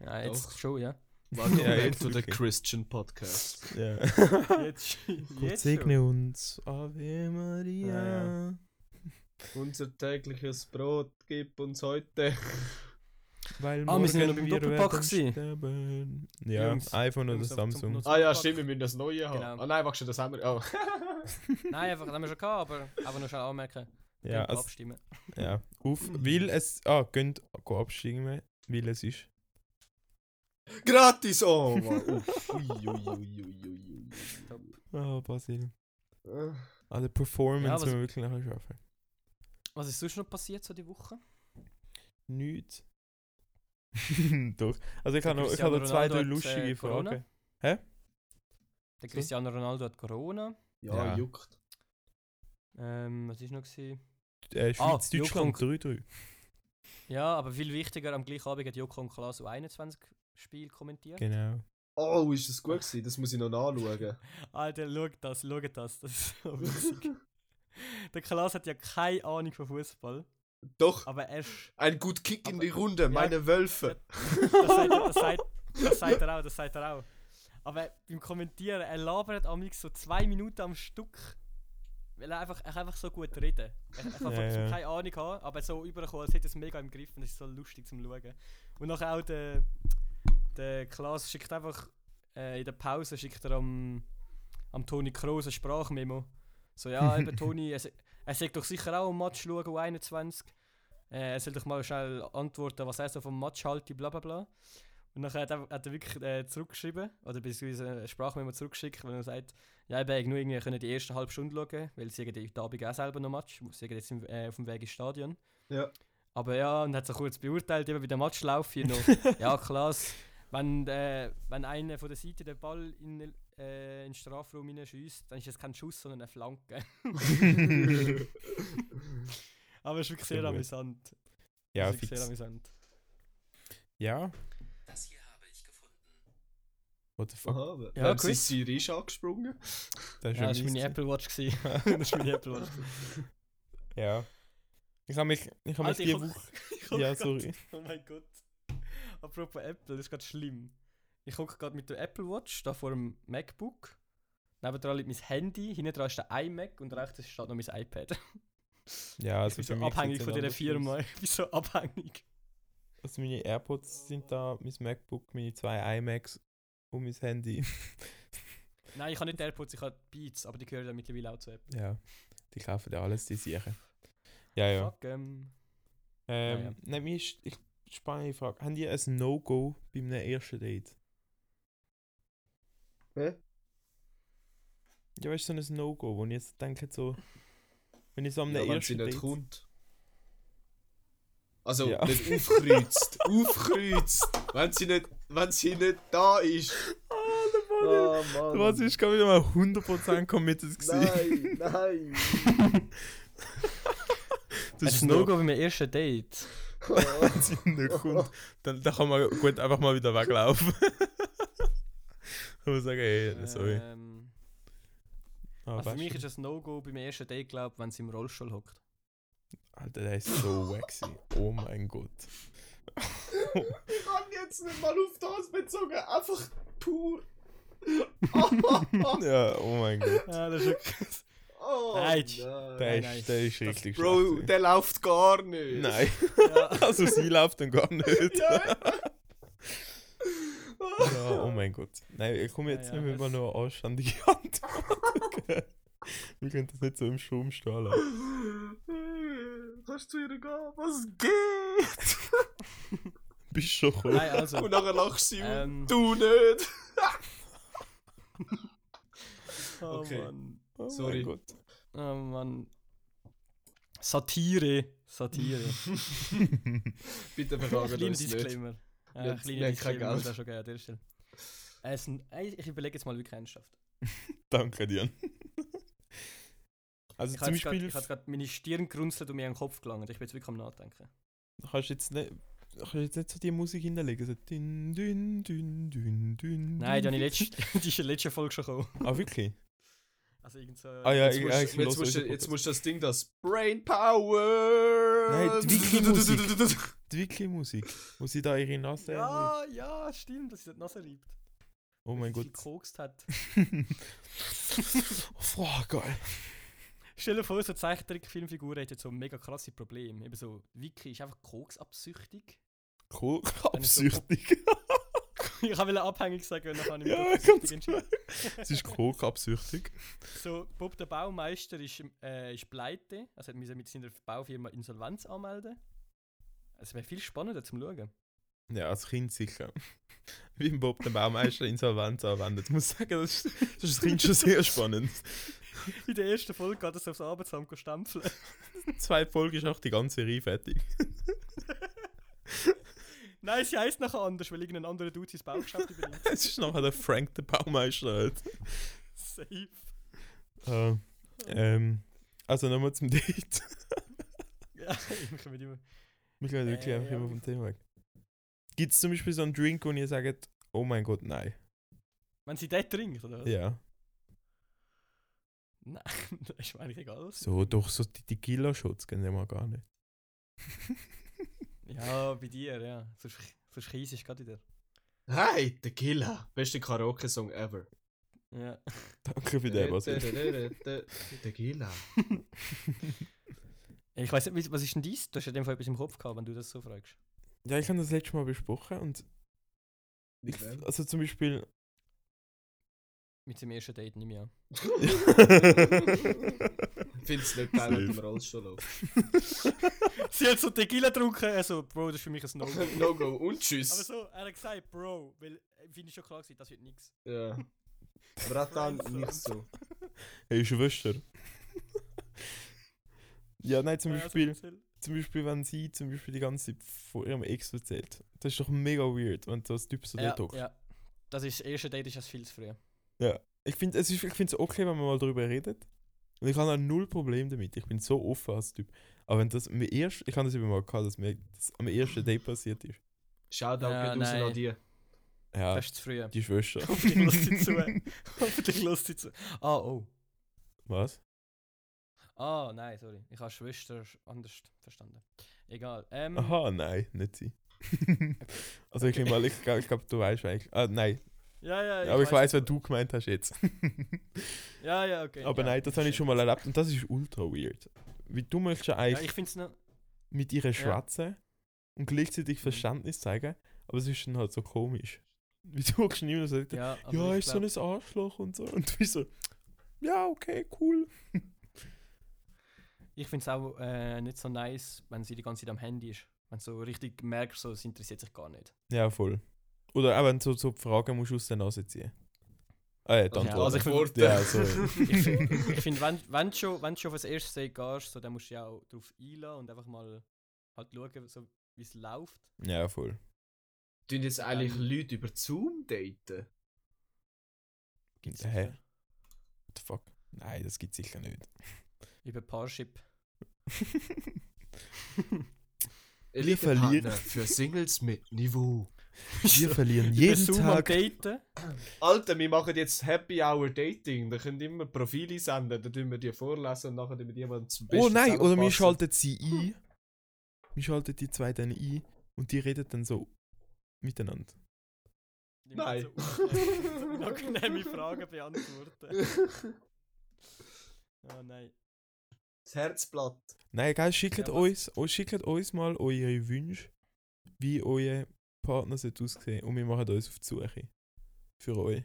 S2: Ja, jetzt
S3: Doch.
S2: schon, ja.
S3: Welcome
S4: (laughs) Ja,
S3: back
S4: jetzt
S3: to the
S4: wirklich.
S3: Christian Podcast.
S4: Ja.
S2: (laughs) Jetzt, jetzt
S4: Gott
S2: schon.
S4: segne uns. Ave Maria.
S2: Ah,
S3: Unser tägliches Brot gib uns heute.
S4: Weil
S2: Ah, wir sind ja noch
S4: morgen
S2: beim Doppelpack
S4: werden
S2: gewesen.
S4: sterben. Ja,
S2: Jungs,
S4: iPhone oder
S2: Jungs, aber zum
S4: Samsung.
S2: Benutzen-
S3: Ah ja, stimmt, wir müssen das neue haben.
S2: Genau.
S3: Ah nein, warte, das haben wir. Oh.
S2: Nein, einfach, das haben wir schon gehabt, aber einfach noch schnell anmerken.
S4: Ja,
S2: Tempo
S4: also,
S2: abstimmen.
S4: ja. Auf, weil es. Ah, könnt go abschieben, weil es ist.
S3: Gratis! Oh, Mann. Ui, ui, ui, ui, ui,
S2: Top.
S4: Ah, Basil.
S3: ui. Äh.
S4: An der Also Performance
S2: Ja,
S4: ja,
S2: was-
S4: müssen wir wirklich nachher arbeiten.
S2: Was ist sonst noch passiert so die Woche?
S4: Nichts. (laughs) Doch. Also ich
S2: Der
S4: habe noch,
S2: Cristiano
S4: ich habe noch zwei,
S2: Ronaldo
S4: drei
S2: hat,
S4: lustige
S2: äh, Corona.
S4: Fragen.
S2: Der
S4: So.
S2: Cristiano Ronaldo hat Corona.
S3: Ja,
S4: Ja.
S3: juckt.
S2: Ähm, was ist noch? Gewesen?
S4: Äh,
S2: Ah,
S4: Schweiz, Deutschland, 3-3.
S2: Ja, aber viel wichtiger, am gleichen Abend hat Joko und Klaas U21 Spiel kommentiert.
S4: Genau.
S3: Oh, ist das gut gewesen? Das muss ich noch nachschauen.
S2: Alter, schaut das, schaut das, das ist so witzig. Der Klaas hat ja keine Ahnung von Fußball,
S3: Doch,
S2: aber er sch-
S3: ein gut Kick in die Runde, meine
S2: Ja,
S3: Wölfe.
S2: das sagt, er- das, sagt, das sagt er auch, das sagt er auch. Aber beim Kommentieren, er labert am so zwei Minuten am Stück, weil er einfach, er kann einfach so gut reden. Er, er kann
S4: Ja,
S2: von
S4: ja.
S2: keine Ahnung haben, aber so überkommen, als hätte er es mega im Griff und das ist so lustig zum Schauen. Und nachher auch der, der Klaas schickt einfach äh, in der Pause schickt er am, am Toni Kroos eine Sprachmemo. So,
S4: (laughs)
S2: ja, eben Toni, er, se- er sagt doch sicher auch am Match schauen, U21. Äh, er soll doch mal schnell antworten, was er so vom Match halte, bla bla bla. Und nachher hat er, hat er wirklich äh, zurückgeschrieben, oder beziehungsweise eine Sprachmemo zurückgeschickt, weil er sagt, ja, ich hätte nur irgendwie können die erste halbe Stunde schauen, weil sie haben die Abend auch selber noch Match, sie haben jetzt im, äh, auf dem Weg ins Stadion.
S3: Ja.
S2: Aber ja, und hat so kurz beurteilt, eben bei dem Match laufe ich noch.
S4: (laughs)
S2: Ja, klasse. Wenn, äh, wenn einer von der Seite den Ball in, äh, in den Strafraum hineinschießt, dann ist es kein Schuss, sondern eine
S4: (laughs)
S2: Flanke. Aber es ist wirklich sehr
S4: Sehr gut.
S2: amüsant.
S4: Ja,
S2: es ist wirklich sehr
S4: fix.
S2: amüsant.
S4: Ja. Das hier habe ich gefunden. What the fuck?
S3: Aha,
S2: Ja,
S3: ja, sie
S2: Chris.
S3: Siri ist angesprungen.
S4: Das
S2: Ja,
S4: ist ja,
S2: das war
S4: mies
S2: meine
S4: gewesen.
S2: Apple Watch. gewesen.
S4: (laughs)
S2: das war meine Apple Watch.
S4: ja. Ich habe mich, ich habe mich
S2: Alter, ich
S4: die
S2: hab-
S4: Woche...
S2: (laughs) ich hab
S4: Ja,
S2: grad-
S4: sorry.
S2: Oh mein Gott. Apropos Apple, das ist gerade schlimm. Ich gucke gerade mit der Apple Watch, da vor dem MacBook. Nebendran liegt mein Handy, hinten dran ist der iMac und rechts steht noch mein (laughs) iPad.
S4: Ja, also
S2: ich bin so
S4: bei mir
S2: abhängig
S4: sieht's
S2: von
S4: nicht
S2: dieser
S4: anders
S2: Firma. (laughs)
S4: aus.
S2: Ich bin so abhängig.
S4: Also meine AirPods sind da, mein MacBook, meine zwei iMacs und mein Handy.
S2: Nein, ich habe nicht AirPods, ich habe Beats, aber die gehören ja mittlerweile auch zu Apple.
S4: ja. Die kaufen ja alles, die sicher. Ja, ja.
S2: Fuck, ähm,
S4: Ähm,
S2: Naja.
S4: Nein, mir ist, ich spannende Frage. Haben die ein No-Go bei einem ersten Date?
S3: Hä?
S4: Ja, weißt du, so ein No-Go, wo ich jetzt denke, so. Wenn ich so am
S3: Ja, wenn sie
S4: ersten
S3: nicht
S4: Date.
S3: kommt. Also,
S4: Ja.
S3: nicht aufkreuzt. aufkreuzt! Wenn sie, nicht, wenn sie nicht da ist. Ah,
S4: Ah, der Mann!
S3: Mann.
S4: Was ist gerade wieder mal 100% committed
S3: Nein,
S4: gewesen?
S3: nein.
S4: Das ist
S2: ein
S4: No-Go,
S2: No-Go bei meinem ersten Date.
S4: wenn sie nicht kommt. Dann, dann kann man gut einfach mal wieder weglaufen. (laughs) Ich muss sagen, ey, sorry.
S2: Ähm,
S4: Ah,
S2: also für mich ist
S4: weißt du,
S2: das No-Go bei meinem ersten Date, glaube ich, wenn sie im Rollstuhl hockt. (laughs)
S4: Alter, der ist so waxy. Oh mein Gott.
S3: Ich kann jetzt nicht mal auf das bezogen. Einfach
S4: (laughs)
S3: pur. oh,
S4: ja, oh mein Gott.
S2: Ja, das ist Nein.
S4: Der
S2: nein.
S4: ist, der ist richtig
S3: Bro,
S4: schlecht.
S3: der läuft gar nicht.
S4: Nein. (laughs) Also sie läuft dann gar nicht.
S3: (laughs) Ja.
S4: Ja, oh mein Gott. Nein, ich komme jetzt
S2: Ja, ja,
S4: nicht mehr
S2: es-
S4: nur eine anständige Antwort. (laughs) geben. Wir können das nicht so im Schaum stehen lassen.
S3: Kannst du zu ihr gehen? Was
S4: (laughs)
S3: geht?
S4: Bist schon cool.
S2: Nein, also.
S4: Ähm,
S3: Und nachher lachst du sie
S2: Ähm.
S3: und du nicht.
S2: Oh
S3: Okay.
S2: Mann.
S4: Oh
S3: Sorry.
S4: Mein Gott. (laughs)
S2: Oh Mann. Satire. Satire.
S4: (laughs)
S3: (laughs) Bitte verklagen
S2: Kleiner
S3: uns nicht.
S2: Disclaimer. Ja,
S3: Wir
S2: ein
S3: haben- wir
S2: kleiner
S3: haben kein
S2: Disclaimer,
S3: Geld.
S2: das ist schon geil an der Stelle. Es, sind- ich überlege jetzt mal wirklich ernsthaft.
S4: (laughs) Danke dir. Also
S2: Ich
S4: zum
S2: habe jetzt
S4: Beispiel
S2: grad- ich habe gerade meine Stirn gerunzelt und mir an den Kopf gelangt. Ich bin jetzt wirklich am
S4: (laughs)
S2: Nachdenken.
S4: kannst du jetzt nicht, kannst du jetzt nicht so die Musik hinterlegen. So dün, dün, dün, dün, dün,
S2: Nein, die,
S4: dün.
S2: habe ich letzte, (laughs) die ist in der letzten Folge schon gekommen.
S4: Ah, wirklich?
S2: Also irgend so,
S4: Ah ja,
S3: Jetzt
S4: ich,
S3: musst,
S4: ja, ich
S3: jetzt,
S4: höre
S3: musst, du-
S4: unseren
S3: jetzt
S4: Podcast.
S3: musst du das Ding, das Brain Power!
S4: Nein, die Wiki-Musik. Die wirklich Musik. Wo sie da ihre Nase...
S2: ja, ja, stimmt, dass sie die Nase reibt.
S4: oh mein
S2: Weil sie
S4: Gott. (laughs)
S2: viel gekokst hat. (laughs)
S4: Boah, geil.
S2: Stell dir vor, so Zeichentrick-Filmfiguren hätten so mega krasse Probleme. Eben so, Vicky ist einfach koksabsüchtig. (laughs)
S4: Cool.
S2: Wenn ich so-
S4: Absüchtig.
S2: ich habe abhängig sagen, und dann habe ich mich
S4: ja,
S2: doch
S4: ganz
S2: absüchtig
S4: klar. Es ist Coke absüchtig.
S2: So, Bob der Baumeister ist, äh, ist pleite, also hat müssen mit seiner Baufirma Insolvenz anmelden. Es wäre viel spannender zum Schauen.
S4: Ja, als Kind sicher. Wie im Bob der Baumeister Insolvenz anwendet. Ich muss sagen, das ist, das ist als Kind schon sehr spannend.
S2: In der ersten Folge geht es aufs Arbeitsamt gehen (laughs) stampfeln.
S4: Zwei Folgen ist auch die ganze Reihe fertig.
S2: Nein, sie heisst nachher anders, weil irgendein anderer Dude sein Baugeschäft (laughs) übernimmt.
S4: (laughs) Es ist nachher der Frank der Baumeister halt.
S2: Safe.
S4: Äh, ähm, also nochmal zum (laughs) Date.
S2: Ja, ich komme immer.
S4: Wir gehen wirklich
S2: Äh,
S4: einfach
S2: ja.
S4: immer vom Thema weg. Gibt es zum Beispiel so einen Drink, wo ihr sagt, oh mein Gott, nein.
S2: Wenn sie den trinkt, oder was?
S4: Ja.
S2: Nein, (laughs) das ist mir eigentlich egal. was sie
S4: So, doch, so die Tequila-Shots gehen wir gar nicht. (laughs)
S2: Ja, bei dir, ja. Sonst, sonst kies ist gerade wieder.
S3: (laughs) Hey, der Killer! Beste Karaoke-Song ever.
S2: Ja.
S4: Danke für den, was
S3: Der Killer.
S2: Ich weiß nicht, was ist denn dies? Du hast ja in dem Fall etwas im Kopf gehabt, wenn du das so fragst.
S4: (laughs) Ja, ich habe das letzte Mal besprochen und ich,
S3: Mit wem?
S4: also
S2: (laughs)
S4: zum Beispiel.
S2: Mit dem ersten Date nehme ich an.
S3: Find's nicht geil, wenn du im
S4: Safe.
S3: Rollstuhl läufst.
S2: (laughs) Sie hat so Tequila getrunken, also Bro, das ist für mich ein No-Go.
S3: No-Go und
S2: Aber
S3: tschüss.
S2: so, er hat gesagt, Bro, weil äh, finde ich schon klar gewesen, das wird nichts.
S3: Ja. Aber hat dann nicht so.
S4: (laughs) Hey Schwester.
S2: (laughs)
S4: ja, nein,
S2: also
S4: zum Beispiel,
S2: Spiel.
S4: zum Beispiel, wenn sie zum Beispiel die ganze Zeit von ihrem Ex erzählt. Das ist doch mega weird, wenn so ein Typ so
S2: Ja,
S4: dort hockt.
S2: ja. Das ist das erste Date ist das viel zu
S4: Ah.
S2: früh.
S4: Ich finde es ist, ich find's okay, wenn man mal darüber redet. Und ich habe auch null Problem damit. Ich bin so offen als Typ. Aber wenn das mir erst, ich habe das eben mal gehabt, dass mir das am ersten Date passiert ist.
S3: Shoutout
S2: Ja,
S3: geht raus
S2: nein.
S3: an die.
S4: Ja,
S2: Das ist zu früh.
S4: die Schwester.
S2: (laughs) Hoffentlich lässt sie zu. (laughs) Hoffentlich lässt sie zu. Ah, oh.
S4: Was?
S2: Ah, nein, sorry. Ich habe Schwester anders verstanden. Egal. Ähm,
S4: Aha, nein, nicht sie. (laughs) also ich nehme mal, ich glaube, ich glaub, du weißt eigentlich. Ah, nein,
S2: Ja, ja,
S4: aber ich weiß, was du gemeint hast jetzt.
S2: Ja, ja, okay.
S4: Aber
S2: ja,
S4: nein, das habe ich schon mal erlebt und das ist ultra weird. Wie du möchtest ja
S2: Ja,
S4: eigentlich
S2: ich ne- finde es noch.
S4: mit ihr schwätzen und gleichzeitig
S2: Mhm.
S4: Verständnis zeigen, aber es ist dann halt so komisch. (laughs) Wie du guckst niemand und sagst, ja,
S2: Ja, aber ich
S4: ist so ein Arschloch und so. Und du bist so, ja, okay, cool.
S2: Ich finde es auch äh, nicht so nice, wenn sie die ganze Zeit am Handy ist. Wenn du so richtig merkst, so, es interessiert sich gar nicht.
S4: Ja, voll. Oder auch wenn du so, so Fragen musst du aus der Nase ziehen. Ah ja, die
S2: Also,
S4: Antwort.
S2: also ich-
S3: Worte.
S4: Ja, also- sorry. (laughs)
S2: Ich finde, find, wenn, wenn, du schon, wenn du schon auf das erste Date gehst, so, dann musst du ja auch drauf einladen und einfach mal halt schauen, so, wie es läuft.
S4: ja, voll.
S3: (laughs) Tun jetzt eigentlich
S2: Ähm.
S3: Leute über Zoom daten?
S2: Gibt's
S4: Hä?
S2: sicher.
S4: What the fuck? Nein, das gibt sicher
S2: (laughs)
S4: nicht.
S2: Über Parship.
S3: Elite
S4: verlieren.
S3: Partner Für Singles mit Niveau.
S4: Wir verlieren
S2: Über
S4: jeden
S2: Zoom am
S4: Tag.
S2: Daten.
S3: Alter, wir machen jetzt Happy Hour Dating. Da könnt ihr immer Profile senden, dann tun wir die vorlesen und nachher tun wir jemanden zum
S4: Oh nein, oder wir
S3: wir
S4: schalten sie ein. Wir schalten die zwei dann ein und die reden dann so miteinander.
S2: Die müssen
S3: Nein.
S2: So (laughs) unangenehme Fragen beantworten. Oh nein.
S3: (laughs) Das Herzblatt.
S4: Nein, geil, schickt
S2: Ja, was-
S4: uns, oh, schickt uns mal eure Wünsche, wie euer Partner sollte aussehen und wir machen uns auf die Suche. Für euch.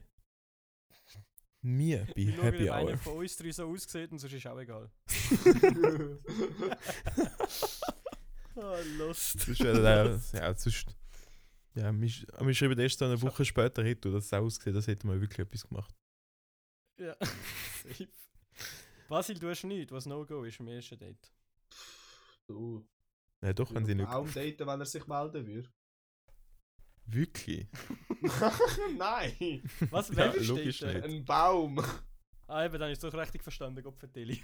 S4: Wir bei
S2: Wir schauen,
S4: Happy
S2: ob
S4: Hour.
S2: einer von uns drei so aussieht und sonst ist auch egal. Ah, Lust.
S4: Sonst wäre das- ja, sonst. Ja, wir, sch- wir schreiben erst so eine Woche später, hey, du, dass es aussieht, das hätte man wirklich etwas gemacht.
S2: Ja, (laughs) safe. Basil, du hast nichts, was No-Go ist im ersten Date.
S3: Du,
S4: Nein, doch, wenn sie nicht.
S3: auch daten, wenn er sich melden
S4: (laughs)
S3: würde. (laughs)
S4: Wirklich?
S3: Nein!
S2: Was,
S4: Ja,
S2: welches
S4: logisch
S2: Date?
S4: nicht.
S3: Ein Baum!
S2: Ah, eben, dann ist es doch richtig verstanden, Gopfeteli.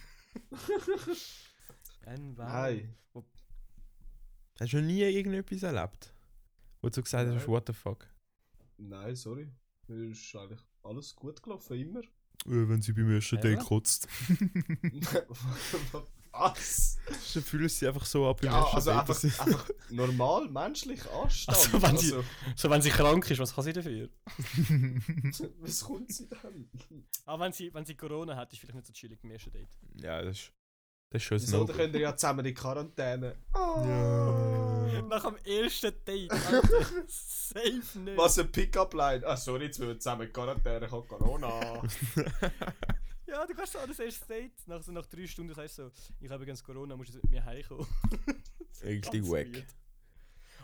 S2: (laughs) Ein Baum.
S3: Nein.
S4: Hast du noch nie irgendetwas erlebt? Wo du gesagt hast,
S3: Nein.
S4: what the fuck?
S3: Nein, sorry. Mir ist eigentlich alles gut gelaufen, immer. (laughs)
S4: Wenn sie beim ersten
S2: Date
S4: Date (laughs) kotzt.
S3: Was?
S4: Dann fühlen sie einfach so ab beim
S3: Ja,
S4: ersten
S3: also
S4: Date.
S3: einfach,
S4: dass sie-
S3: einfach normal, menschlich anstand.
S2: Also, wenn die- So, wenn sie krank ist, was kann sie dafür?
S3: Also, was kommt sie denn?
S2: Aber Ah, wenn sie, wenn sie Corona hat, ist vielleicht nicht so chillig im ersten
S3: (laughs)
S2: Date.
S4: ja, das ist, das ist schon ein
S3: Wieso,
S4: no
S3: dann könnt ihr ja zusammen in
S4: (laughs)
S3: Quarantäne.
S4: Ja.
S2: Nach dem ersten Date, Alter. Safe nicht.
S3: Was eine Pickup-Line. Ah, sorry, jetzt müssen wir zusammen in Quarantäne, ich habe
S4: (laughs)
S3: Corona. Ah,
S2: Ja, du kannst so an das erste Date. Nach, so nach drei Stunden sagst du so, ich habe übrigens Corona, musst du jetzt mit mir heimkommen.
S4: Richtig
S2: Ganz
S4: wack.
S2: weird.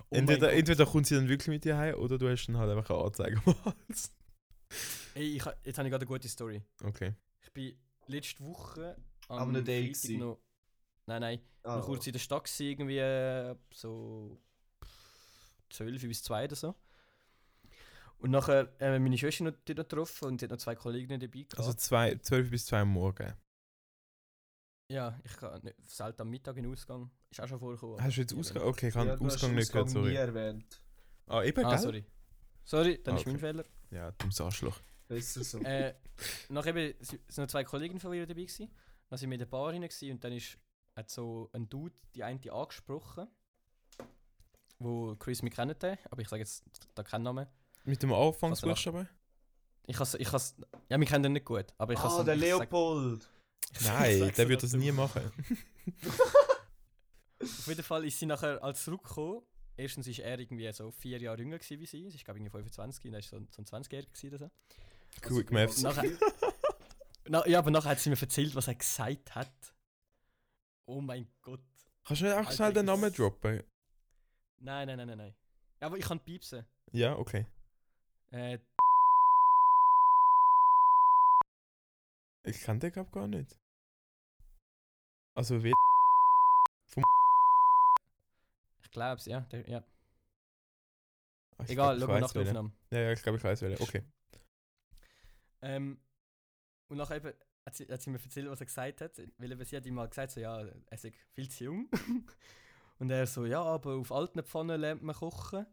S2: Oh
S4: Entweder,
S2: mein Gott.
S4: entweder kommt sie dann wirklich mit dir heim oder du hast dann halt einfach eine Anzeige am Hals.
S2: Ey, ich, ha- jetzt habe ich gerade eine gute Story.
S4: Okay.
S2: Ich bin letzte Woche
S3: Am einem Date
S2: Freitag
S3: gewesen.
S2: noch. Nein, nein.
S3: Ah,
S2: noch kurz in der Stadt gewesen, irgendwie äh, so 12 bis 2 oder so. Und nachher haben wir meine Schwester noch, die noch getroffen und sie hat noch zwei Kollegen dabei gehabt.
S4: Also zwei, 12 bis 2 am Morgen.
S2: ja, ich kann nicht, selten am Mittag in den Ausgang. Ist auch schon vorgekommen. genau.
S4: Hast du jetzt
S2: aber-
S4: Ausgang? Okay, ich habe
S3: ja,
S4: den
S3: du hast
S4: Ausgang nicht gehört,
S3: Ausgang nie
S4: sorry.
S3: erwähnt.
S4: Ah, eben,
S2: Ah,
S4: gell?
S2: sorry. Sorry, dann
S4: Ah,
S2: ist mein
S4: okay.
S2: Fehler.
S4: Ja, dummes Arschloch.
S3: Besser so.
S2: äh, nachher eben, es sind noch zwei Kollegen von mir dabei gewesen. Dann sind wir in der Bar rein gewesen und dann ist, hat so ein Dude die eine angesprochen, wo Chris mich kennt, aber ich sage jetzt da keinen Namen.
S4: Mit dem Anfangsbuchstaben?
S2: Ich has, ich has, ja, wir kennen den nicht gut, aber ich has-
S3: Ah, der
S2: ich sag-
S3: Leopold.
S2: ich
S4: (laughs)
S2: (laughs)
S4: Nein,
S2: sag's
S4: der
S2: so
S4: würde das
S2: dazu.
S4: nie machen.
S3: (laughs)
S2: Auf jeden Fall ist sie nachher als zurückgekommen. Erstens war er irgendwie so vier Jahre jünger gewesen wie sie. Sie war, glaube ich, irgendwie 25 und er war so ein, so ein 20-Jähriger gewesen oder so. Also
S4: Quick
S2: (laughs)
S4: Maths.
S2: Nachher, na, ja, aber nachher hat sie mir erzählt, was er gesagt hat. Oh mein Gott.
S4: Kannst du nicht auch
S2: Alter,
S4: schnell den
S2: ich-
S4: Namen droppen?
S2: Nein, nein, nein, nein, nein. Ja, aber ich kann piepsen.
S4: Ja, okay.
S2: Äh,
S4: Ich kann den glaub gar nicht. Also wie
S2: ich glaub's, ja. Der, ja.
S4: Ah, ich
S2: Egal,
S4: glaub, ich
S2: schau mal
S4: weiß
S2: nach der
S4: welchen.
S2: Aufnahme.
S4: Ja, ja, ich glaube, ich weiß welche. Okay.
S2: Ähm, und nachher eben hat sie, hat sie mir erzählt, was er gesagt hat. Weil eben sie hat ihm mal gesagt, so, ja, er sei viel zu jung. (laughs) und er so, ja, aber auf alten Pfannen lernt man kochen.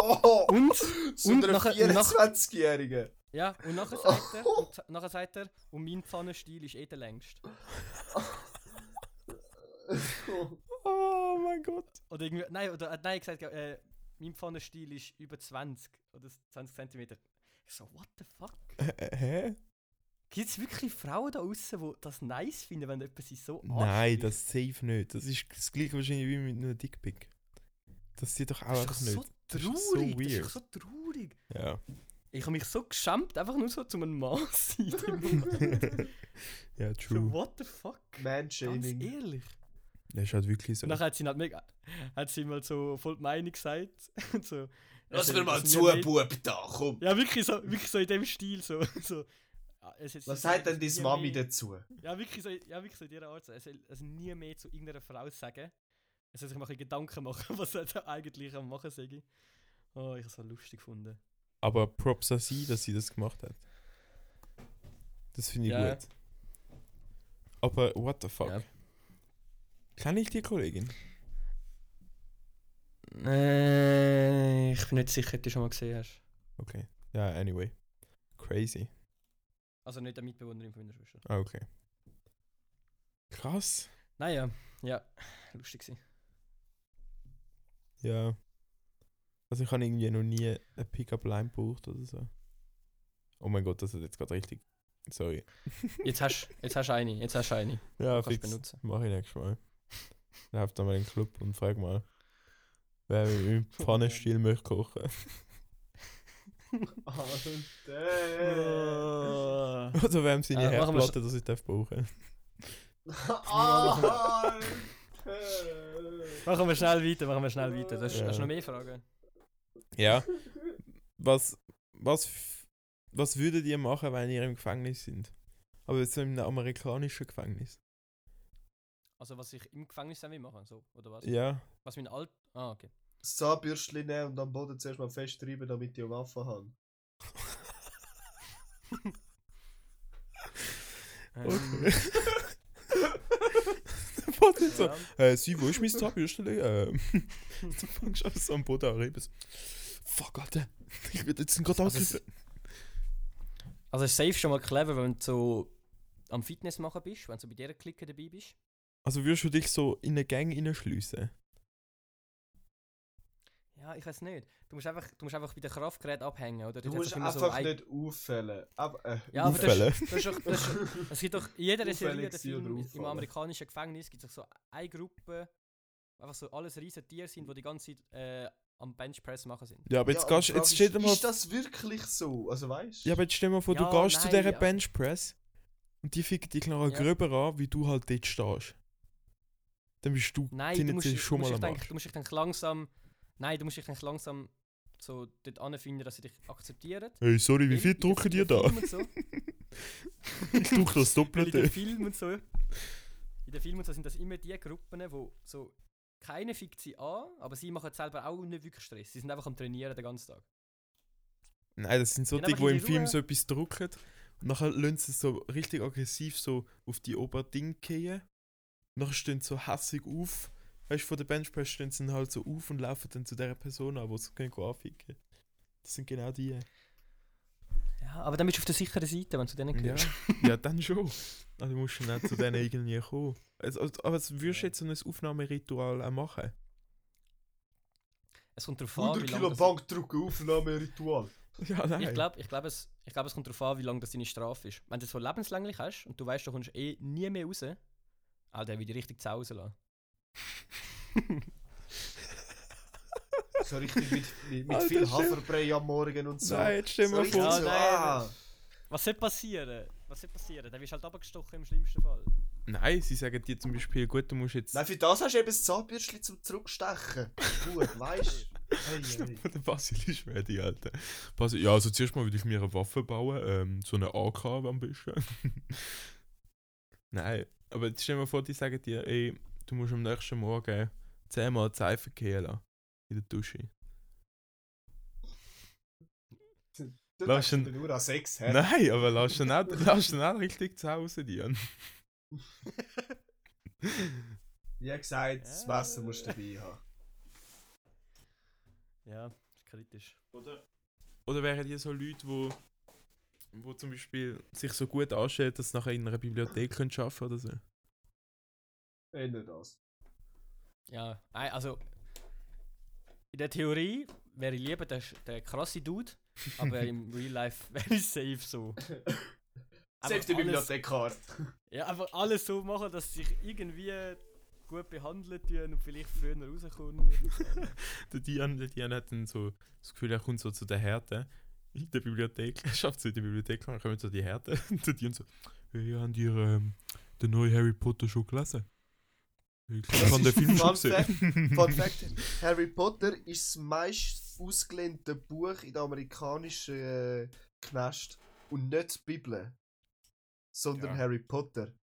S3: Oh,
S2: Und,
S3: zu
S2: und
S3: einer
S2: nachher-
S3: 24-Jährigen.
S2: ja, und nachher
S4: (laughs)
S2: sagt er, und nachher sagt er, und mein Pfannenstil ist eh der längste.
S4: Oh mein Gott.
S2: Oder irgendwie, nein, oder, äh, nein, er gesagt, äh, mein Pfannenstil ist über 20 oder 20 Zentimeter. Ich so, what the fuck?
S4: (laughs) Hä?
S2: Gibt es wirklich Frauen da außen, die das nice finden, wenn jemand sie so
S4: Nein,
S2: anspricht?
S4: das safe nicht. Das ist das gleiche wahrscheinlich wie mit einem Dickpick. Das sieht doch auch
S2: Das ist
S4: einfach
S2: doch so
S4: nicht. Das ist
S2: traurig.
S4: doch so
S2: Das ist doch
S4: weird.
S2: so traurig. (laughs)
S4: Ja. (laughs)
S2: Ich habe mich so geschämt, einfach nur so zum einem Mann (laughs) zu
S3: (laughs)
S2: sein. in dem Moment.
S4: ja,
S2: so,
S4: true.
S2: what the fuck? Ganz
S3: Man-Shaming.
S2: ehrlich.
S4: Das ist halt wirklich so.
S2: Und nachher hat sie ihn halt mega, hat sie ihm halt so voll die Meinung gesagt. (laughs) Und so,
S3: Lass
S2: also,
S3: mir mal
S2: das
S3: zu,
S2: mir nicht-
S3: Bub, da, komm.
S2: Ja, wirklich so, wirklich so in dem Stil. So, so. Ja, es- es-
S3: Was
S2: es-
S3: sagt denn
S2: es-
S3: deine
S2: nie
S3: Mami
S2: mehr-
S3: dazu? (laughs)
S2: Ja, wirklich so, ja, wirklich so in dieser Art. so. Er soll es nie mehr zu irgendeiner Frau sagen. Er soll sich mal ein bisschen Gedanken machen, (laughs) was er da eigentlich am machen sei. Oh, ich habe es so lustig gefunden.
S4: Aber Props an sie, dass sie das gemacht hat. Das finde ich
S2: Ja.
S4: gut. Aber what the fuck?
S2: Ja.
S4: Kann ich die Kollegin?
S2: Äh, ich bin nicht sicher, ob du schon mal gesehen hast.
S4: Okay. Ja, anyway. Crazy.
S2: Also nicht eine Mitbewohnerin von meiner Schwester.
S4: Ah, okay. Krass.
S2: Naja, ja, lustig gewesen.
S4: Ja. Also ich habe irgendwie noch nie eine Pickup-Line gebraucht oder so. Oh mein Gott, das ist jetzt gerade richtig. Sorry.
S2: Jetzt hast jetzt hast du eine, jetzt hast du eine.
S4: Ja,
S2: Kannst
S4: fix.
S2: benutzen.
S4: Mach ich nächstes Mal. (laughs) Lauf da mal in den Club und frag mal, wer mit
S2: (laughs)
S4: meinem Pfannenstil möchte kochen. (laughs)
S3: Ah,
S2: (laughs)
S3: Alter.
S4: Oder wem seine
S2: Äh, machen wir
S4: Herdplatte, dass ich darf brauchen.
S3: Ah,
S2: Ah.
S3: Alter.
S2: Machen wir schnell weiter, machen wir schnell weiter. Das,
S4: Ja.
S2: Hast du noch mehr Fragen?
S4: Ja. Was, was, f- Was würdet ihr machen, wenn ihr im Gefängnis sind? Aber jetzt so in einem amerikanischen Gefängnis.
S2: Also was ich im Gefängnis dann will machen, so, oder was?
S4: Ja.
S2: Was mein Alt... Ah, okay.
S3: Das Zahnbürstchen nehmen und am Boden zuerst mal festreiben, damit ich eine Waffe habe.
S2: (laughs) Ähm,
S4: (laughs) Warte jetzt so.
S2: ja.
S4: Äh, sie, wo ist mein Zahnbürstchen? Ähm. (laughs) du fängst einfach so am Boden an reden. so, Fuck, Alter. Ich werde jetzt gerade
S2: Also
S4: ausgeliefert.
S2: Also ist safe schon mal clever, wenn du so am Fitness machen bist, wenn du so bei dieser Clique dabei bist.
S4: Also würdest du dich so in eine Gang reinschliessen?
S2: Ja, ich weiß nicht. Du musst einfach, du musst einfach bei den Kraftgeräten abhängen, oder?
S3: Du
S2: Dort hat's
S3: musst
S2: doch immer
S3: einfach
S2: so ein-
S3: nicht auffällen. Ab, äh,
S2: Ja, aber das,
S4: Auffällen.
S2: ist- das ist doch, das
S3: (laughs)
S2: ist, (laughs) Es gibt doch in jeder
S3: Auffällig
S2: Serie oder
S3: sein oder
S2: Film im
S3: auffallen.
S2: amerikanischen Gefängnis gibt es so eine Gruppe, wo einfach so alles riesen Tiere sind, die die ganze Zeit äh, am Benchpress machen sind.
S4: Ja, aber
S3: Ja,
S4: jetzt,
S3: aber
S4: gehst,
S3: die Frage
S4: jetzt stell dir
S3: ist,
S4: mal
S3: Ist das wirklich so? Also weißt
S4: Ja, aber jetzt stell dir mal vor, du
S2: Ja,
S4: gehst zu
S2: nein,
S4: dieser
S2: ja.
S4: Benchpress und die ficken dich nachher
S2: Ja.
S4: gröber an, wie du halt dort stehst. Dann bist du
S2: Nein, du
S4: tendenziell
S2: musst, dich- du,
S4: schon
S2: musst
S4: mal
S2: dich
S4: am
S2: denk,
S4: Arsch.
S2: du musst dich dann langsam. Nein, du musst dich dann langsam so dort anfinden, dass sie dich akzeptieren.
S4: Hey, sorry, wie
S2: Weil
S4: viel
S2: in den-
S4: drucken die
S2: in den
S4: da?
S2: Filmen und
S4: (laughs)
S2: So,
S4: Ich drucke
S2: (laughs)
S4: das
S2: weil in den
S4: Doppelte.
S2: Filmen und so. In den Filmen und so sind das immer die Gruppen, wo so keine fickt sie an, aber sie machen selber auch nicht wirklich Stress. Sie sind einfach am Trainieren den ganzen Tag.
S4: Nein, das sind so
S2: Ja,
S4: die,
S2: aber
S4: die
S2: in
S4: im
S2: die
S4: Film
S2: Ruhe.
S4: so etwas drucken und nachher lassen sie es so richtig aggressiv so auf die Oberding gehen. Nachher stehen sie so hässig auf. Weißt du, von der Benchpress stehen sie dann halt so auf und laufen dann zu dieser Person an, die sie können anficken. Das sind genau die.
S2: Ja, aber dann bist du auf der sicheren Seite, wenn du zu denen (laughs)
S4: Ja,
S2: gehörst.
S4: ja dann schon. Aber du musst schon nicht zu denen irgendwie kommen. Also, also, aber das würdest du
S2: Ja.
S4: jetzt so ein Aufnahmeritual auch machen? (laughs)
S2: Es kommt darauf an,
S3: 100
S2: wie
S3: Kilo
S2: lange das-
S3: Bankdruck, Aufnahmeritual.
S4: Ja, nein.
S2: Ich glaube, ich glaub, es, ich glaub, es kommt darauf an, wie lang das deine Strafe ist. Wenn du es so lebenslänglich hast und du weißt, du kommst eh nie mehr raus, ah, Alter, wie die richtig zu Hause lassen.
S3: So richtig mit, mit, mit
S4: Alter,
S3: viel
S4: stimmt.
S3: Haferbrei am Morgen und so.
S4: Nein, jetzt stell
S3: so
S4: mal
S3: richtig
S4: vor.
S2: Ja,
S3: so,
S2: nein.
S3: ah,
S2: Was soll passieren? Was soll passieren? Dann wirst du halt abgestochen im schlimmsten Fall.
S4: Nein, sie sagen dir zum Beispiel, gut, du musst jetzt.
S3: Nein, für das hast du eben das Zahnbürstchen zum Zurückstechen. Gut, weißt du? Hey, hey.
S4: (laughs) Der Basil ist ready, Alter. Basil, ja, also zuerst mal würde ich mir eine Waffe bauen, ähm, so eine AK am besten. (laughs) Nein, aber jetzt stell dir mal vor, die sagen dir, ey, du musst am nächsten Morgen zehnmal die Seife gehen lassen. In der Dusche.
S3: Du
S4: Lass
S3: denkst
S4: ihn-
S3: nur an Sex, hä?
S4: Nein, aber lass dir nicht, lass dir nicht richtig zu Hause, Dian.
S3: Wie gesagt, das
S2: Ja.
S3: Messer musst du dabei haben.
S2: Ja, ist kritisch.
S4: Oder, oder wären die so Leute, wo, wo zum Beispiel sich so gut anstellen, dass sie nachher in einer Bibliothek können arbeiten oder so?
S3: Eh, nur das.
S2: Ja, nein, also. In der Theorie wäre ich lieber der, der krasse Dude,
S3: (laughs)
S2: aber im Real Life wäre ich safe so.
S3: Safe
S2: Einfach
S3: die
S2: alles-
S3: Bibliothekart.
S2: Ja, einfach alles so machen, dass sie sich irgendwie gut behandeln tun und vielleicht früher rauskommen.
S4: Also Der Dian, der Dian hat dann so das Gefühl, er kommt so zu der Härte in der Bibliothek. (laughs) Er schafft so in die Bibliothek und dann kommen so die Härte. (laughs) Und der Dian so, hey, haben die ähm, den neuen Harry Potter schon gelesen? Ich
S3: Das
S4: habe den
S3: ist
S4: Film schon
S3: Fun
S4: (laughs) gesehen.
S3: Fun Fact: Harry Potter ist das meist ausgelehnte Buch in der amerikanischen äh, Knast. Und nicht die Bibel, sondern
S4: Ja.
S3: Harry Potter.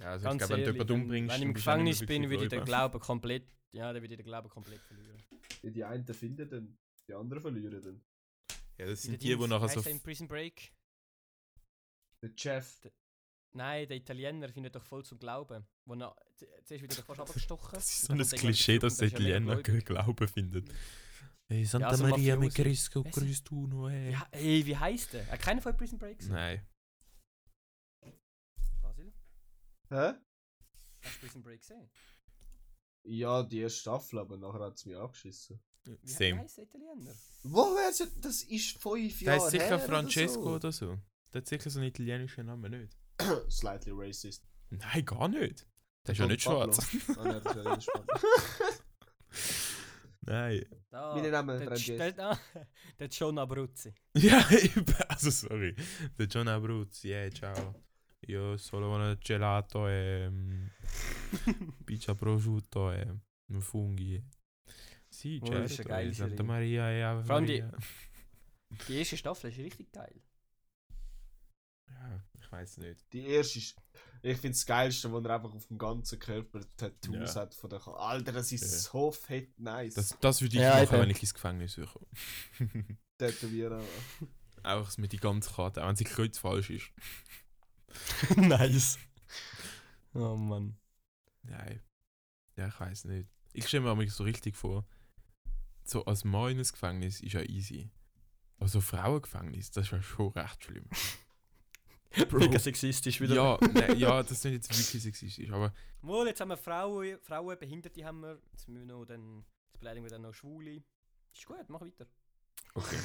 S4: Ja, also
S2: Ganz
S4: ich glaube, wenn
S2: ehrlich,
S4: du jemanden umbringst,
S2: wenn ich
S4: dann
S2: im
S4: bist du auch nicht mehr
S2: Gefängnis
S4: wirklich
S2: bin, würde ich den
S4: gläubig.
S2: Glauben komplett, ja, dann würde ich den Glauben komplett verlieren.
S3: Ja, die einen finden dann, die anderen verlieren dann.
S2: Wie
S4: Ja, das
S2: der
S4: sind die, die
S2: Dings,
S4: nachher
S2: heisst
S4: (laughs) so...
S2: der in Prison Break?
S3: Der Jeff.
S2: Nein, der Italiener findet doch voll zum Glauben. Wo er, z- zuerst wird er doch fast abgestochen.
S4: Das ist so
S2: und
S4: ein
S2: dann kommt er
S4: Klischee,
S2: zurück und
S4: dass der
S2: dann ist er mega
S4: Italiener
S2: gläubig. also
S4: keinen Glauben findet. Hey, Santa
S2: so
S4: Maria mit
S2: Mafiosi.
S4: Cristo, eh.
S2: Weißt du?
S4: Christo, no hey.
S2: Ja, ey, wie heißt der? Hat keiner von Prison Break gesehen?
S4: Nein.
S2: Basil,
S3: Hä?
S2: hast du Prison Break gesehen?
S3: Ja, die erste Staffel, aber nachher hat es mich angeschissen.
S2: Wie he- wie
S4: Same.
S2: heißt der Italiener?
S3: Woher ist das? Das ist fünf
S4: Der
S3: Jahre
S4: ist sicher
S3: her
S4: Francesco
S3: Oder
S4: oder so. Der hat sicher so einen italienischen Namen nicht.
S3: so. Slightly racist.
S4: Nein, gar nicht. Der ist ja
S3: Don
S4: nicht
S3: Pablo.
S4: schwarz.
S3: Ah, nein, das ist ja nicht spannend.
S4: (laughs) Nein.
S2: (laughs)
S4: (laughs)
S2: Da,
S3: Meine Namen
S2: der,
S3: Francesco.
S2: der, der, (laughs) der John Abruzzi.
S4: Ja, eben. also sorry. Der John Abruzzi, eh, ciao. Io solo un gelato e mm, pizza prosciutto e mm, funghi. Sì,
S2: Oh,
S4: certo,
S2: ist ja geil,
S4: eh,
S2: Oh, ist ja
S4: Santa
S2: geil.
S4: Maria e Ave
S2: Vor allem die-
S4: Maria.
S2: Die erste Staffel ist richtig geil.
S4: Ja, ich weiß nicht.
S3: Die erste ist. Ich finde das Geilste, wo er einfach auf dem ganzen Körper Tattoos
S4: Ja.
S3: hat von der Ka- Alter, das ist
S4: Ja.
S3: so fett nice.
S4: Das, das würde ich
S2: Ja,
S4: machen,
S2: eben.
S4: wenn ich ins Gefängnis würde. (laughs)
S3: Tätowieren.
S4: Auch dass mir die ganze Karte, auch wenn sie kreuz falsch ist.
S2: (laughs) nice. Oh Mann.
S4: Nein. Ja, ich weiß nicht. Ich stelle mir aber so richtig vor, so als Mann in ein Gefängnis ist ja easy. Aber so Frauengefängnis, das ist ja schon recht schlimm.
S2: Bro. Mega sexistisch wieder.
S4: Ja, nein, ja, das sind jetzt wirklich sexistisch, aber
S2: Wohl, jetzt haben wir Frauen, Frauen, Behinderte haben wir. Jetzt müssen wir noch dann. Jetzt beleidigen wir dann noch Schwule. Ist gut, mach weiter.
S3: (laughs)
S4: okay.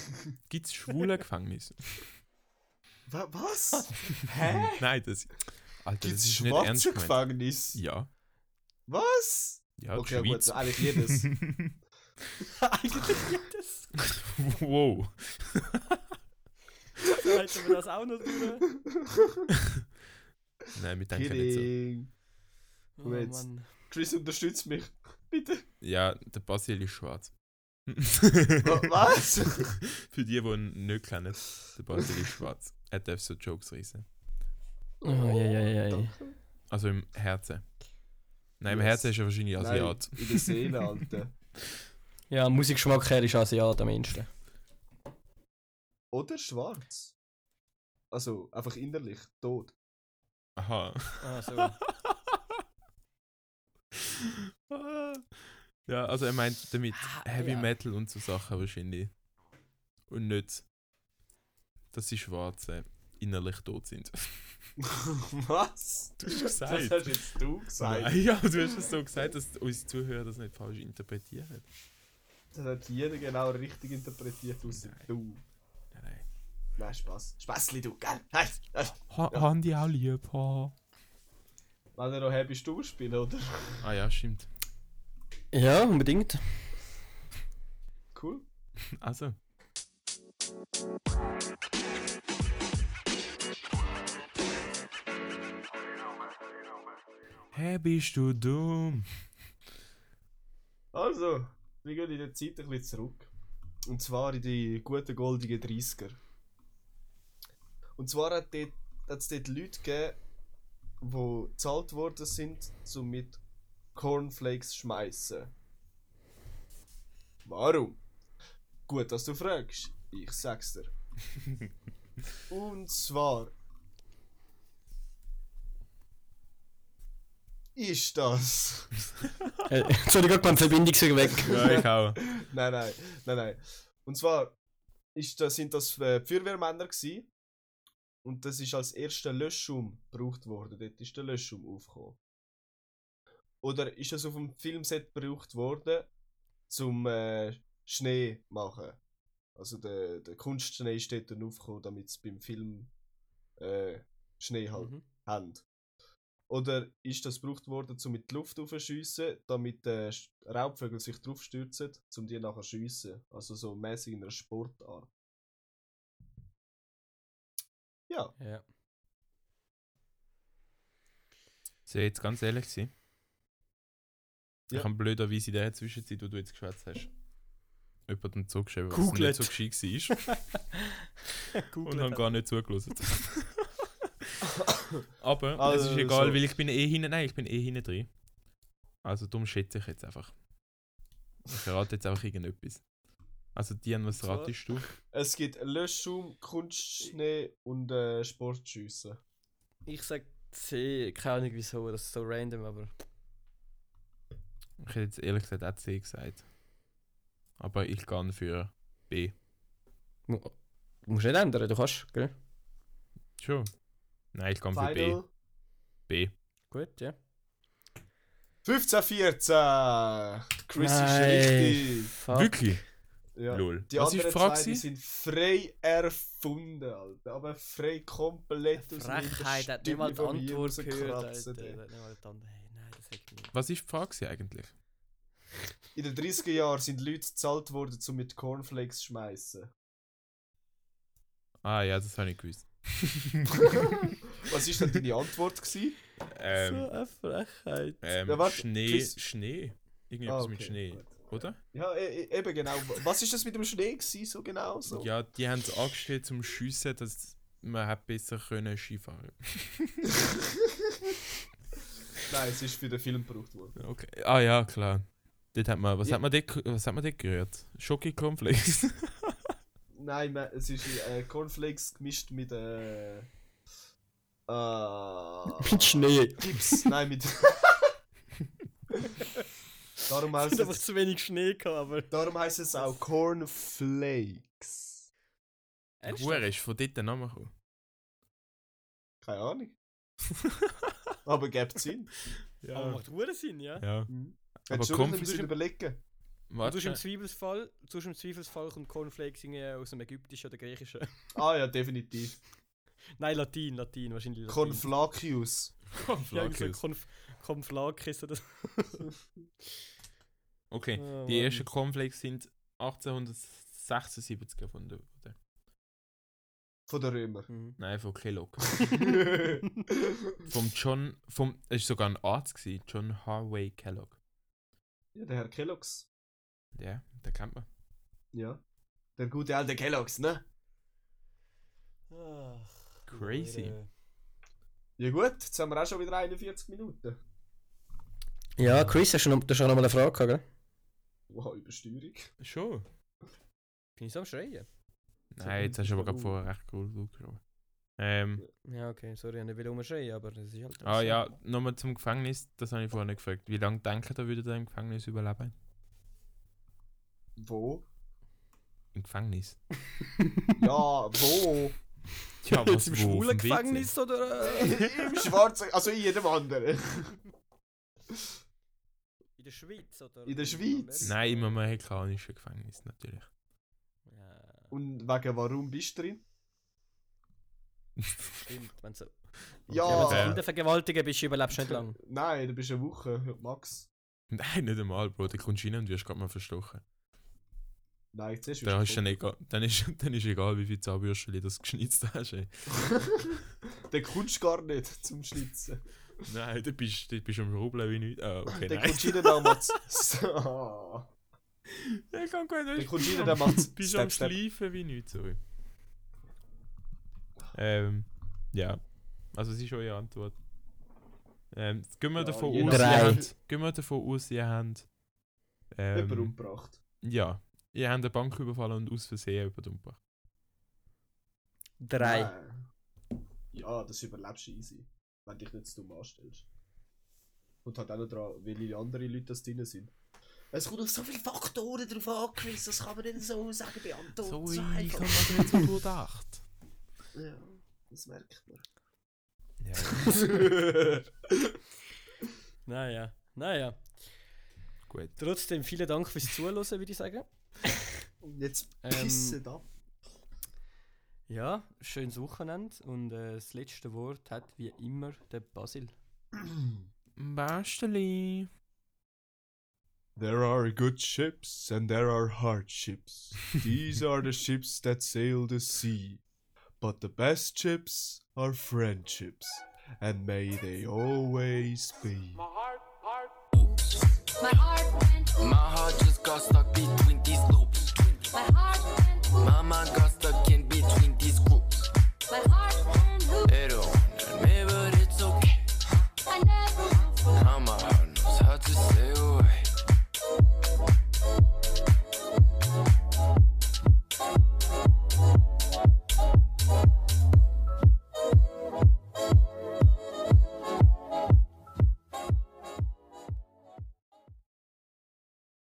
S4: Gibt es schwule Gefängnis?
S3: Wa- Was? Hä?
S4: (laughs) nein, das. Alter,
S3: Gibt
S4: das
S3: es
S4: ist nicht ernst
S3: schwarze
S4: gemeint.
S3: Gefängnis?
S4: Ja,
S3: Was?
S4: ja, die
S3: okay, ja, gut,
S4: Schweiz.
S3: so eigentlich
S4: (laughs)
S3: jedes.
S2: (laughs) Eigentlich jedes.
S4: (laughs) wow.
S2: Halten wir das auch noch drüber?
S4: (laughs) Nein, wir denken nicht so.
S3: Kidding.
S2: Oh
S3: Gut.
S2: Mann.
S3: Chris, unterstützt mich. (laughs) Bitte.
S4: Ja, der Basil ist schwarz.
S3: Wa- Was?
S4: Für die, die ihn nicht kennen, der Basil ist schwarz. Er darf so Jokes reissen.
S2: Oh, ja, ja, ja, ja.
S3: Danke.
S4: Also im Herzen. Nein, im
S3: Yes.
S4: Herzen ist er wahrscheinlich
S3: Nein,
S4: Asiat.
S3: in der Seele, Alter.
S2: Ja, Musikgeschmack her ist Asiat am ehesten.
S3: Oder schwarz. Also, einfach innerlich, tot. (laughs)
S4: Aha.
S2: Ah,
S3: Also-
S2: so.
S4: (laughs) ja, also er meint damit
S2: Ah,
S4: Heavy
S2: ja.
S4: Metal und so Sachen wahrscheinlich. Und nicht, dass die Schwarzen innerlich tot sind. (laughs)
S3: Was?
S4: Du hast
S3: Das hast jetzt du gesagt.
S4: Nein, (laughs) ja, du hast es so gesagt, dass unsere Zuhörer das nicht falsch interpretieren.
S3: Das hat jeder genau richtig interpretiert, außer
S4: Nein.
S3: du.
S4: Nein, nein.
S3: Nein, Spaß. Spassli, du, gell? Nein! nein.
S4: Ha,
S3: Ja.
S4: Haben die auch lieb, ha.
S3: Wenn er noch happy Stuhl spielen, oder?
S4: Ah ja, stimmt.
S2: Ja, unbedingt.
S3: Cool.
S4: Also. Hä, bist du dumm?
S3: Also, wir gehen in der Zeit ein bisschen zurück. Und zwar in die guten goldigen 30er. Und zwar hat es dort, hat's dort Leute gegeben, die gezahlt worden sind, um mit Cornflakes schmeißen. Warum? Gut, dass du fragst. Ich sag's dir. Und zwar. Ist das.
S2: Äh, (laughs) Entschuldigung, mein Verbindungsweg weg.
S4: Ja, ich auch.
S3: (laughs) nein, nein, nein, nein. Und zwar ist das, sind das äh, die Feuerwehrmänner gsi und das ist als erster Löschschum gebraucht worden. Dort ist der Löschschum aufgekommen. Oder ist das auf dem Filmset gebraucht worden, zum äh, Schnee machen? Also der, der Kunstschnee ist dort dann aufgekommen, damit es beim Film äh, Schnee halt
S2: Mhm.
S3: haben. Oder ist das gebraucht worden, um mit die Luft aufzuschiessen, damit äh, Sch- Raubvögel sich draufstürzen, um die nachher zu schiessen? Also so mäßig in einer Sportart. Ja,
S2: Ja.
S4: Soll ich jetzt ganz ehrlich sein?
S3: Ja.
S4: Ich habe blöderweise in der Zwischenzeit, wo du jetzt geschwätzt hast, jemandem zugeschrieben, was
S2: Googlet.
S4: nicht so gescheit war. und habe gar
S3: (laughs)
S4: nicht zugelassen. Aber
S3: Also,
S4: es ist egal,
S3: so.
S4: weil ich bin eh hinten. Nein, ich bin eh hinten drin. Also darum schätze ich jetzt einfach. Ich rate jetzt einfach irgendetwas. Also Dian, was
S2: zwar-
S4: ratest du?
S3: es gibt Löschschum, Kunstschnee und äh, Sportschiessen.
S2: Ich sag C, keine Ahnung wieso, das ist so random, aber.
S4: Ich hätte jetzt ehrlich gesagt auch C gesagt. Aber ich gehe für B.
S2: Du musst nicht ändern, du kannst, gell?
S4: Schon. Nein, ich gehe für B.
S3: Final
S4: B.
S2: Gut, ja.
S3: 15-14! Chris
S2: Nein,
S3: ist richtig!
S2: Fuck.
S4: Wirklich?
S3: Ah. Ja.
S4: Lol.
S3: Die
S4: was ist die
S3: anderen
S4: Frage?
S3: zwei die
S4: gewesen?
S3: sind frei erfunden, Alter. Aber frei komplett aus meiner
S2: Frechheit hat niemand
S3: Stimme
S2: die
S3: von mir
S2: Antwort gehört,
S3: rausgekratzt,
S2: Alter.
S3: ey.
S2: Hat niemand die Antwort- Hey, nein, das sagt mir
S4: Was ist die Frage gewesen eigentlich?
S3: In den 30er Jahren sind Leute gezahlt worden, um mit Cornflakes zu schmeißen.
S4: Ah ja, das habe ich gewusst.
S3: Was ist denn deine Antwort gewesen?
S4: Ähm,
S2: So eine Frechheit.
S4: ähm,
S3: Ja, warte,
S4: Schnee.
S3: Chris- Ah,
S4: Schnee. Irgendwas
S3: okay,
S4: mit Schnee.
S3: gut.
S4: oder?
S3: Ja, e- e- eben genau. Was ist das mit dem Schnee gewesen, so genau? So?
S4: Ja, die haben es angestellt zum Schiessen, dass man hat besser können Skifahren
S3: Nein, es ist für den Film gebraucht worden.
S4: Okay. Ah ja, klar. Dort hat man, was,
S3: Ja.
S4: hat man dort, ge- was hat man dort gerührt? Schoki Cornflakes.
S3: (laughs) Nein, man, es ist äh, Cornflakes gemischt mit. Äh, äh,
S2: (laughs) Mit Schnee.
S3: Gips. Nein, mit. darum
S2: Es
S3: heißt
S2: hat einfach
S3: es,
S2: zu wenig Schnee gehabt, aber.
S3: darum heisst es auch Cornflakes.
S4: Hure ist von dort der Name gekommen.
S3: Keine Ahnung. Aber gibt Sinn.
S2: Aber macht Huren Sinn, ja?
S4: ja. Also,
S3: Hättest du
S4: Cornfl-
S3: noch ein bisschen überlegen.
S2: Und sonst im,
S4: Warte.
S2: Zweifelsfall, sonst im Zweifelsfall kommt Cornflakes irgendwie aus dem Ägyptischen oder Griechischen. (laughs)
S3: Ah ja, definitiv.
S2: Nein, Latin, Latin, wahrscheinlich Latin.
S3: Cornflakius.
S2: Ja, irgendwie so
S4: Cornflakes.
S2: Konf Konflakis oder so.
S4: Okay,
S3: Ah,
S2: Oh,
S4: die
S2: Mann.
S4: ersten Cornflakes sind 1876 erfunden worden.
S3: Von
S2: (laughs)
S3: der Römer.
S2: Mhm.
S4: Nein, von
S3: (laughs)
S4: Kellogg. vom John, vom, es war sogar ein Arzt, gewesen, John Harvey Kellogg.
S3: ja, der Herr Kelloggs.
S4: Ja, den kennt man.
S3: Ja. Der gute alte Kelloggs, ne?
S2: Ah. Ach,
S4: Crazy.
S2: Hure.
S3: Ja gut, jetzt haben wir auch schon wieder 41 Minuten.
S2: Ja, Chris, hast du noch, du hast noch mal eine Frage gehabt, gell?
S3: Wow, Übersteuerung.
S4: Schon?
S2: Bin ich so am Schreien?
S4: Nein, jetzt hast du aber gerade vorher recht cool geschaut. Ähm,
S2: Ja, okay, sorry, ich will umschreien, aber das ist halt.
S4: ah ja,
S2: (laughs)
S4: nochmal zum Gefängnis, das habe ich vorher nicht gefragt. Wie lange denkt ihr, würde ihr im Gefängnis überleben?
S3: Wo?
S4: Im Gefängnis?
S3: Ja,
S2: (laughs)
S3: wo?
S4: Ja,
S2: Jetzt im
S4: wo, auf dem
S2: schwulen
S4: WC?
S2: Gefängnis
S4: (laughs)
S2: oder. äh,
S3: Im Schwarzen, also in jedem anderen.
S2: In der Schweiz oder.
S3: In der Schweiz?
S4: Nein, im amerikanischen Gefängnis natürlich. (laughs)
S2: Ja,
S3: Und wegen warum bist du drin?
S2: stimmt. Wenn du
S3: Ja.
S4: Ja.
S2: Kinder vergewaltigen bist, du überlebst nicht lange.
S3: Nein, du bist eine Woche, Max.
S4: Nein, nicht einmal, Bro. Du kommst rein und wirst gerade mal verstochen.
S3: Nein, zuerst
S4: Dann, hast
S3: bist
S4: du dann, egal, dann, ist, (laughs) dann ist egal, wie viel Zahnbürstchen du das (laughs) geschnitzt hast. Ey.
S3: (laughs) Den kommst du gar nicht zum Schnitzen.
S4: Nein, du bist, du bist am Rubeln wie nichts. Ah, (laughs) okay,
S3: Den
S4: nein.
S3: kommst du rein, dann macht's. (laughs) So.
S4: Der kann gar
S3: Dann kommst du rein, dann macht's.
S4: Du bist
S3: Step,
S4: am
S3: step.
S4: Schleifen wie nichts, sorry. Ähm, ja. Also, es ist eure Antwort. Ähm, gehen wir
S3: Ja,
S4: davon
S3: je
S4: aus, ihr
S2: nachdem.
S4: habt, gehen wir davon aus, ihr habt.
S3: Jemand
S4: Ähm,
S3: umgebracht.
S4: ja. Ihr habt eine Bank überfallen und aus Versehen jemanden umgebracht.
S2: Drei.
S3: Nein. Ja, das überlebst du easy. Wenn dich nicht zu dumm anstellst. Und halt auch noch dran, welche andere Leute das drin sind. Es kommt auf so viele Faktoren drauf an, Chris, das kann man nicht so sagen bei Anton.
S4: habe das nicht so durchdacht.
S3: Ja, das merkt
S4: (laughs)
S3: man.
S4: Ja.
S2: Naja, naja.
S4: Gut.
S2: Trotzdem vielen Dank fürs Zuhören, würde ich sagen.
S3: Und jetzt
S2: Ähm,
S3: pissen ab.
S2: Ja, schönes Wochenende und äh, das letzte Wort hat wie immer der Basil.
S4: Basteli.
S3: There are good ships and there are hard ships. These are the ships that sail the sea. But the best ships are friendships. And may they always be.
S5: My heart went
S6: My heart just got stuck beating